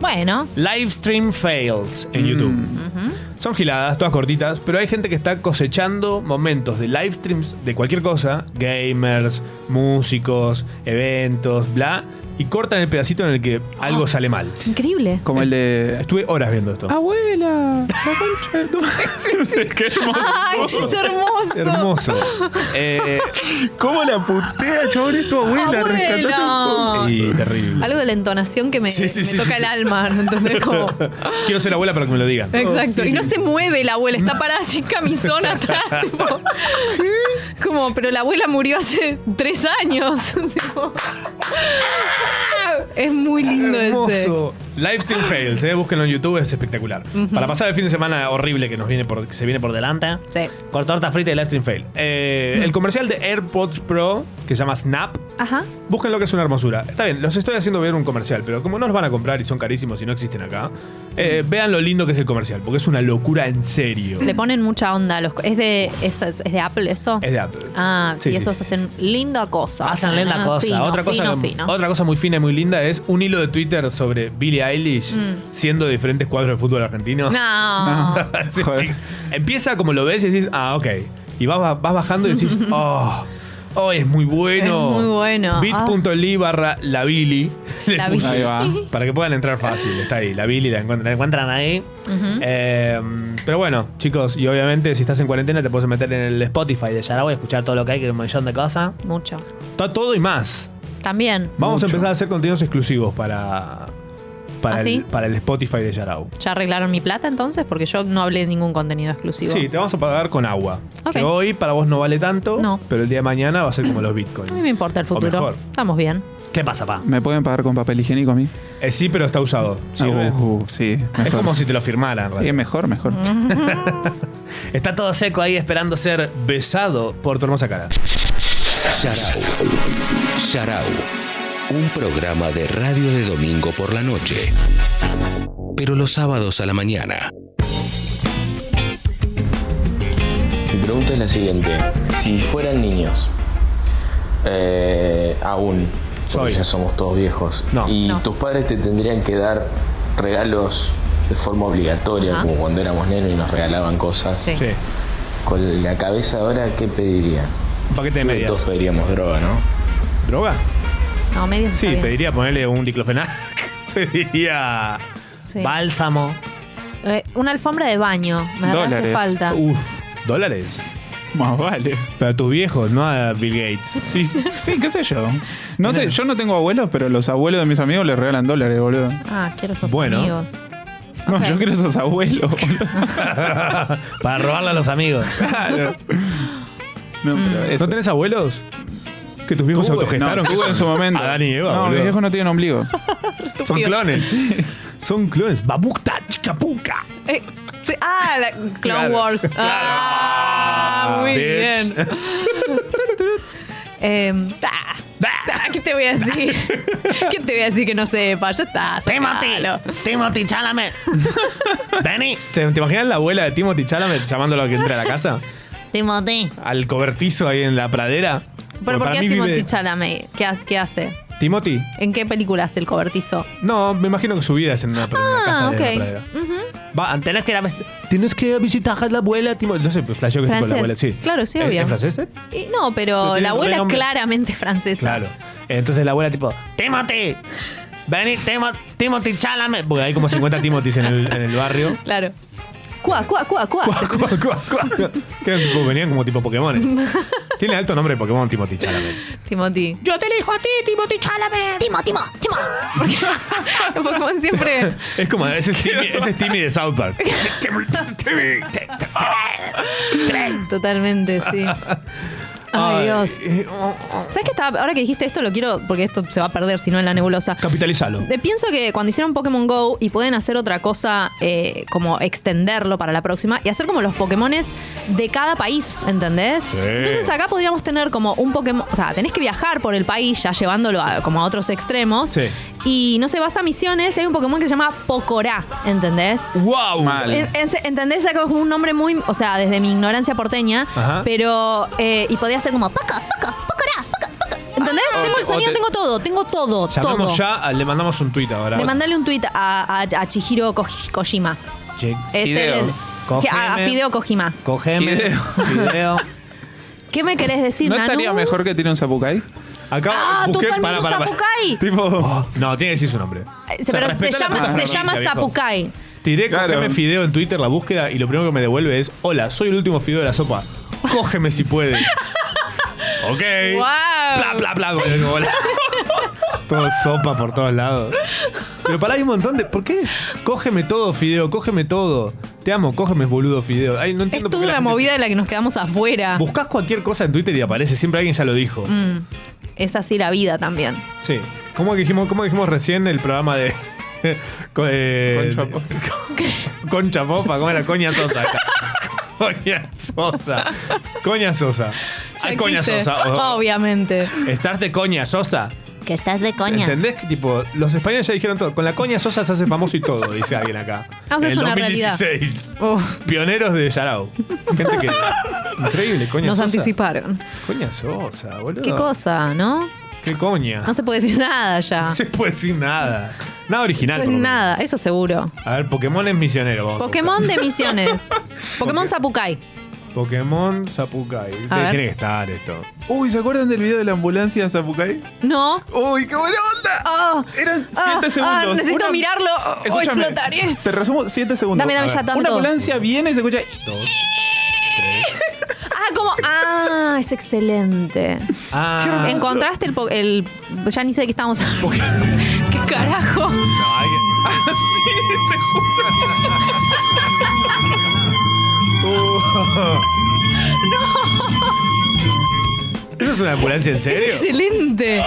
D: Bueno.
C: Livestream fails
D: Mm,
C: en YouTube. Son giladas, todas cortitas, pero hay gente que está cosechando momentos de live streams de cualquier cosa, gamers, músicos, eventos, bla, y cortan el pedacito en el que algo sale mal.
D: Increíble.
W: Como el de.
C: Estuve horas viendo esto.
W: ¡Abuela! ¡La concha!
C: ¡Qué hermoso!
D: ¡Ay, sí, es hermoso!
C: Hermoso. Eh,
W: ¿Cómo la putea, chabón? Es tu abuela,
D: Abuela.
W: rescatate un poco.
C: y terrible.
D: Algo de la entonación que me,
C: sí,
D: me
C: sí,
D: toca
C: sí,
D: el
C: sí.
D: alma, ¿entendés? Como-
C: Quiero ser abuela para que me lo digan.
D: Exacto. Y no se mueve la abuela, está parada sin camisón atrás. tipo. Como, pero la abuela murió hace tres años. Tipo. es muy lindo ese.
C: Hermoso. Livestream fails, eh, búsquenlo en YouTube, es espectacular.
D: Ujú.
C: Para pasar el fin de semana horrible que nos viene por, que se viene por delante.
D: Sí. Mm.
C: Con torta frita y livestream fail. Eh, El comercial de AirPods Pro, que se llama Snap,
D: Ajá.
C: búsquenlo que es una hermosura. Está bien, los estoy haciendo ver un comercial, pero como no los van a comprar y son carísimos y no existen acá, eh, vean lo lindo que es el comercial, porque es una locura en serio.
D: Le ponen mucha onda a los. co- ¿Es de, es, es de Apple eso?
C: Es de Apple.
D: Ah,
C: Sí,
D: sí,
C: sí,
D: esos
C: sí,
D: hacen linda cosa.
A: Hacen linda
D: Ah,
A: cosa.
D: fino,
C: otra, cosa,
D: fino,
C: que-
D: fino.
C: otra cosa muy fina y muy linda es un hilo de Twitter sobre Billie Eilish
D: Mm.
C: siendo de diferentes cuadros de fútbol argentino.
D: No.
C: Sí. Empieza como lo ves y decís, ah, ok. Y vas, ba- vas bajando y decís, oh, oh, es muy bueno.
D: Es muy bueno. Ah.
C: Bit.ly barra la Billy. Le
D: La Billy. Ahí va.
C: Para que puedan entrar fácil. Está ahí, la Billy la encuentran, la encuentran ahí.
D: Ujú.
C: Eh, pero bueno, chicos, y obviamente si estás en cuarentena te puedes meter en el Spotify de Yarabo y escuchar todo lo que hay, que hay un millón de cosas.
D: Mucho.
C: Está todo y más.
D: También.
C: Vamos a empezar a hacer contenidos exclusivos para, para,
D: ¿Ah, sí?
C: el, para el Spotify de Yarao.
D: ¿Ya arreglaron mi plata entonces? Porque yo no hablé de ningún contenido exclusivo.
C: Sí, te vamos a pagar con agua.
D: Ok.
C: Que hoy para vos no vale tanto,
D: No.
C: pero el día de mañana va a ser como los
D: A mí
C: bitcoins.
D: me importa el futuro.
C: mejor.
D: Estamos bien.
A: ¿Qué pasa, pa?
W: ¿Me pueden pagar con papel higiénico a mí?
C: Eh, sí, pero está usado. Sirve.
W: Ah, uh, uh, sí.
C: es
W: mejor.
C: como si te lo firmaran.
W: Sí, mejor, mejor.
C: Está todo seco ahí esperando ser besado por tu hermosa cara.
F: Yarao. Yarao. Un programa de radio de domingo por la noche. Pero los sábados a la mañana.
V: Mi pregunta es la siguiente. Si fueran niños, eh, aún, porque ya somos todos viejos, y tus padres te tendrían que dar regalos de forma obligatoria,
D: Ajá.
V: como cuando éramos nenos y nos regalaban cosas, con la cabeza ahora, ¿qué pedirían?
C: Un paquete de medias.
V: Todos pediríamos droga, ¿no?
C: ¿Droga?
D: No, medias
C: Sí,
D: está bien.
C: pediría ponerle un diclofenac. pediría
D: Sí.
A: bálsamo.
D: Eh, una alfombra de baño. Me hace falta.
C: Uf, dólares.
W: Más vale.
C: Pero a tus viejos, no a Bill Gates.
W: Sí, sí, qué sé yo. No sé, yo no tengo abuelos, pero los abuelos de mis amigos les regalan dólares, boludo.
D: Ah, quiero esos
W: Bueno.
D: amigos.
W: No, yo quiero esos abuelos. boludo.
A: Para robarle a los amigos.
W: Claro. No, pero
D: Mm.
W: eso.
C: ¿No tenés abuelos? ¿Que tus viejos se
W: Tuve,
C: autogestaron?
W: no,
C: ¿Qué
W: tuve
C: son?
W: en su momento.
C: Adán y Eva,
W: no,
C: boludo.
W: mis viejos no tienen ombligo.
C: Son clones. Son clones. Babukta, chicapuca.
D: Eh, Sí, ah, la Clone Wars. Ah, muy bien. Em, ta, ta, ¿Qué te voy a decir? ¿Qué te voy a decir que no sepa? Ya está.
A: Timothy, Timothy, chálame.
C: Dani. ¿Te, te imaginas la abuela de Timothy Chalamet llamándolo a que entre a la casa?
E: Timothy.
C: Al cobertizo ahí en la pradera. Porque
D: ¿Pero por qué
C: para
D: es
C: mí vive-
D: Timothy Chalamet? ¿Qué, hace- ¿Qué hace?
C: Timothy.
D: ¿En qué película hace el cobertizo?
C: No, me imagino que su vida es en una, en una casa
D: Ah, ok.
C: de la pradera.
D: Ujú.
C: Va, tenés que, ir a vis- tenés que ir a visitar a la abuela, Timothy. No sé, flasheo que es tipo la
D: Francés.
C: abuela, sí.
D: Claro, sí,
C: ¿Es-
D: obvio.
C: ¿Es francés? eh?
D: Y
C: Pero
D: no, pero
C: tiene
D: la abuela es
C: renombre.
D: claramente francesa.
C: Claro. Entonces la abuela, tipo,
A: Timothy. Vení, Timo- Timothy, chálame.
C: porque hay como 50 Timothys en el, en el barrio.
D: Claro. Cuá, cuá, cuá, cuá.
C: Que eran tipo- venían como tipo Pokémon. Tiene alto nombre de Pokémon, Timothy Chalamet.
D: Timothy.
B: Yo te elijo a ti, Timothy Chalamet.
E: Timo, Timo, Timo.
D: Los Pokémon siempre.
C: Es como, ese es Timmy, ese es Timmy de South Park.
D: Totalmente, sí. Ay, Dios.
C: eh, oh,
D: ¿Sabes qué estaba? Ahora que dijiste esto, lo quiero. Porque esto se va a perder, si no en la nebulosa.
C: Capitalizalo.
D: Eh, Pienso que cuando hicieron Pokémon Go y pueden hacer otra cosa, eh, como extenderlo para la próxima, y hacer como los Pokémones de cada país, ¿entendés?
B: Sí.
D: Entonces acá podríamos tener como un Pokémon. O sea, tenés que viajar por el país ya llevándolo a- como a otros extremos.
B: Sí.
D: Y no sé, vas a misiones y hay un Pokémon que se llama Pocorá, ¿entendés?
C: ¡Wow!
D: En- en- ¿Entendés? Es como un nombre muy. O sea, desde mi ignorancia porteña.
B: Ajá.
D: Pero. eh, y podía ser como. Poco, poco, pocorá, poco, poco. ¿Entendés?
C: Ah, O
D: tengo
C: te-
D: el
C: o
D: sonido,
C: te-
D: tengo todo, tengo todo, todo.
C: Llamemos ya, a- le mandamos un tuit ahora.
D: Le mandale un tuit a, a, a Chihiro Ko- Kojima.
C: Che,
D: Es
C: Fideo.
D: el- que- a, a
C: Cogeme.
D: Fideo Kojima.
C: Cogeme. Fideo.
D: ¿Qué me querés decir,
W: ¿No
D: Nanu?
W: estaría mejor que tire un zapucay?
C: Acá
D: Ah, busqué- totalmente pará, un pará, pará. zapucay.
W: Tipo.
C: Oh, No, tiene que decir su nombre.
D: Eh,
C: O
D: se-
C: sea,
D: pero se
C: respeta la
D: llama, se
C: provincia,
D: llama
C: viejo.
D: Zapukai.
C: Tiré cógeme fideo en Twitter la búsqueda y lo primero que me devuelve es Hola, soy el último fideo de la sopa. Cógeme si puedes. ok.
B: Wow.
C: Bla, bla, bla. como digo, hola. todo sopa por todos lados. Pero pará, hay un montón de. ¿Por qué? Cógeme todo, fideo, cógeme todo. Te amo, cógeme, boludo, fideo. Ay, no
D: Es
C: entiendo por
D: toda
C: qué. la
D: una
C: gente-
D: movida de la que nos quedamos afuera.
C: Buscás cualquier cosa en Twitter y aparece. Siempre alguien ya lo dijo.
D: Mm. Es así la vida también.
C: Sí. ¿Cómo que dijimos, cómo dijimos recién el programa de. eh, con, Concha Popa, ¿cómo era? Coña Sosa. Coña Sosa. Coña Sosa. Ay,
D: Ya
C: Coña
D: existe. Oh.
C: Sosa. o-
D: Obviamente.
C: Estás de coña Sosa.
E: Que estás de coña.
C: ¿Entendés? Que, Tipo, los españoles ya dijeron todo. Con la coña Sosa se hace famoso y todo, dice alguien acá.
D: Ah, o sea,
C: En
D: es
C: el
D: una
C: 2016.
D: Uf,
C: Pioneros de Yarao. Gente que. Increíble, coña
D: nos
C: Sosa.
D: anticiparon.
C: Coña Sosa, boludo.
D: Qué cosa, ¿no?
C: Qué coña.
D: No se puede decir nada ya.
C: No se puede decir nada. Nada original.
D: Pues
C: por lo menos.
D: nada, eso seguro.
C: A ver, Pokémon es misionero. vamos a
D: Pokémon de misiones. Pokémon Zapukai.
C: buscar. Pokémon Zapucay.
D: A ver.
C: Tiene que estar esto.
W: Uy, ¿se acuerdan del video de la ambulancia en Zapucay?
D: No.
W: Uy, qué buena onda. Eran
D: ah,
W: 7 segundos.
D: ah, necesito
W: Una-
D: mirarlo o
W: Escúchame,
D: explotaré.
W: Te resumo 7 segundos.
D: Dame, dame ya, dame
W: Una
D: todo.
W: ambulancia viene y se escucha.
D: Ah, como. Ah, es excelente.
C: Ah.
W: Qué hermoso.
D: Encontraste el, po- el. Ya ni sé de qué estamos hablando. ¿Qué carajo?
C: No, hay que... Ah, ¿Eso es una ambulancia en serio?
D: Es excelente.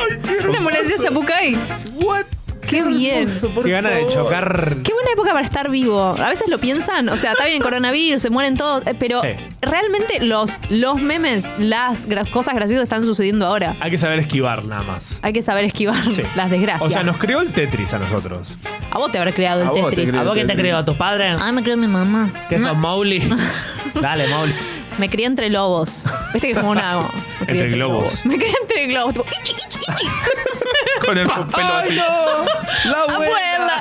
D: Una ambulancia Zapukai.
C: What?
D: Qué, bien.
C: Qué gana de chocar.
D: Qué buena época para estar vivo. A veces lo piensan, o sea, está bien, coronavirus, se mueren todos, eh, pero
C: Sí.
D: realmente los, los memes, las gra- cosas graciosas están sucediendo ahora.
C: Hay que saber esquivar nada más.
D: Hay que saber esquivar
C: Sí.
D: Mm, las desgracias.
C: O sea, nos creó el Tetris a nosotros.
D: A vos te habrá creado el Tetris.
A: ¿A vos qué te creo? ¿A tus padres?
D: Ah,
C: Ah,
E: Ay, me creo mi mamá.
A: ¿Qué sos, Mowgli? Dale, Mowgli.
D: Me crié entre lobos. Viste que es como una. me crié
A: Entre globos.
D: Me crié entre globos. tipo, ichi, ichi, ichi.
W: Con el pelo así.
B: ¡La
D: abuela!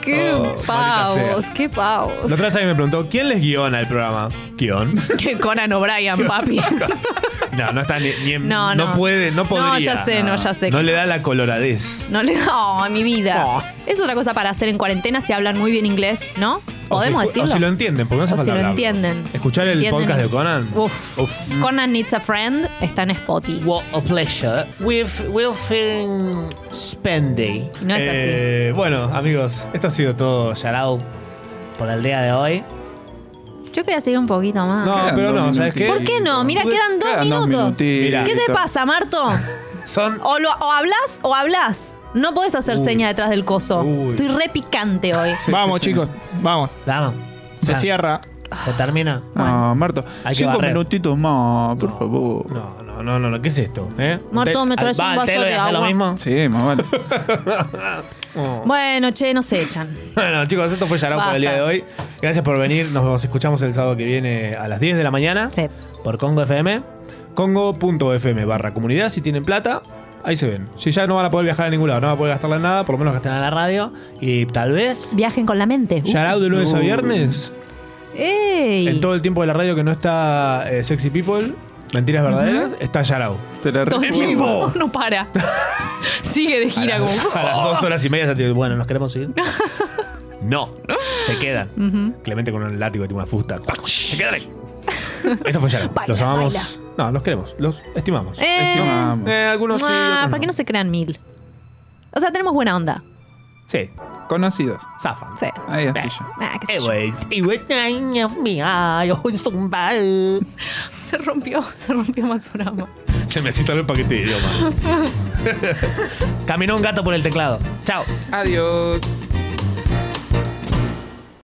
D: ¡Qué
C: Oh, maldita
D: pavos!
C: sea.
D: ¡Qué pavos!
C: La otra vez alguien me preguntó, ¿quién les guiona el programa? ¿Guión?
D: Que Conan O'Brien, papi.
C: No, no está ni, ni en-
D: No,
C: no,
D: no.
C: puede, no
D: No,
C: podría.
D: ya sé, no, ya sé
C: No
D: que
C: le da la coloradez.
D: No le no, mi vida.
C: Oh.
D: Es otra cosa para hacer en cuarentena si hablan muy bien inglés, ¿no? Podemos
C: o si,
D: decirlo.
C: O si lo entienden, porque no hace
D: O si
C: falta
D: lo
C: hablarlo.
D: entienden.
C: Escuchar
D: Si
C: el
D: entienden.
C: podcast de Conan.
D: Uf.
C: Uf.
D: Conan Needs a Friend está en Spotify.
A: What a pleasure. We've, we'll film Spendy.
D: No es
C: Eh, bueno, amigos, esto ha sido todo, Yarao, por el día de hoy.
D: Yo quería seguir un poquito más.
C: No,
W: Quedan
C: pero
W: dos
C: no, ¿sabes qué?
D: ¿Por qué no? Mira, quedan dos
W: Quedan dos
D: minutos.
W: minutitos.
D: ¿Qué te pasa, Marto?
C: Son.
D: O, lo- o hablas o hablas. No podés hacer
W: Uy.
D: seña detrás del coso.
W: Uy.
D: Estoy re picante hoy.
W: Vamos, chicos.
X: Vamos. Vamos.
W: Se
X: cierra. Se termina.
W: Ah, Marto,
X: Hay que
W: cinco
X: barrer.
W: minutitos más, por favor. No,
C: no, no, no, ¿qué es esto? ¿Eh?
D: Marto, ¿me traes un vaso de agua?
W: Sí, más vale.
D: Bueno, che, no se echan.
C: Bueno, chicos, esto fue Yarao por el día de hoy. Gracias por venir. Nos escuchamos el sábado que viene a las 10 de la mañana por Congo FM. Congo.fm barra comunidad. Si tienen plata, ahí se ven. Si ya no van a poder viajar a ningún lado, no van a poder gastarla en nada, por lo menos gastan en la radio. Y tal vez
D: Viajen con la mente. Uh.
C: Yarao de lunes a viernes,
D: ¡Ey!
C: en todo el tiempo de la radio que no está eh, Sexy People, Mentiras
D: Ujú.
C: Verdaderas, está Yarao.
D: Todo el
C: ¡En
D: tiempo.
C: vivo!
D: No para. Sigue de gira
C: a,
D: como.
C: las, a las dos horas y media ya te digo, bueno, ¿nos queremos ir? no, se quedan.
D: Ujú.
C: Clemente con un látigo y tiene una fusta. ¡Se quedan ahí! Esto fue ya. Los amamos. No, los queremos. Los estimamos.
D: Eh,
C: estimamos. Eh, algunos sí,
D: mua,
C: otros
D: ¿Para
C: Este no.
D: qué no se crean mil? O sea, tenemos buena onda.
C: Sí.
W: Conocidos.
C: Zafan.
D: Sí.
W: Ahí está
D: Nah, qué sé
C: Eh,
D: yo.
C: güey.
X: Y
D: Se rompió, se rompió Matsurama.
C: Se me cita el paquete de idioma. Caminó un gato por el teclado. Chao.
W: Adiós.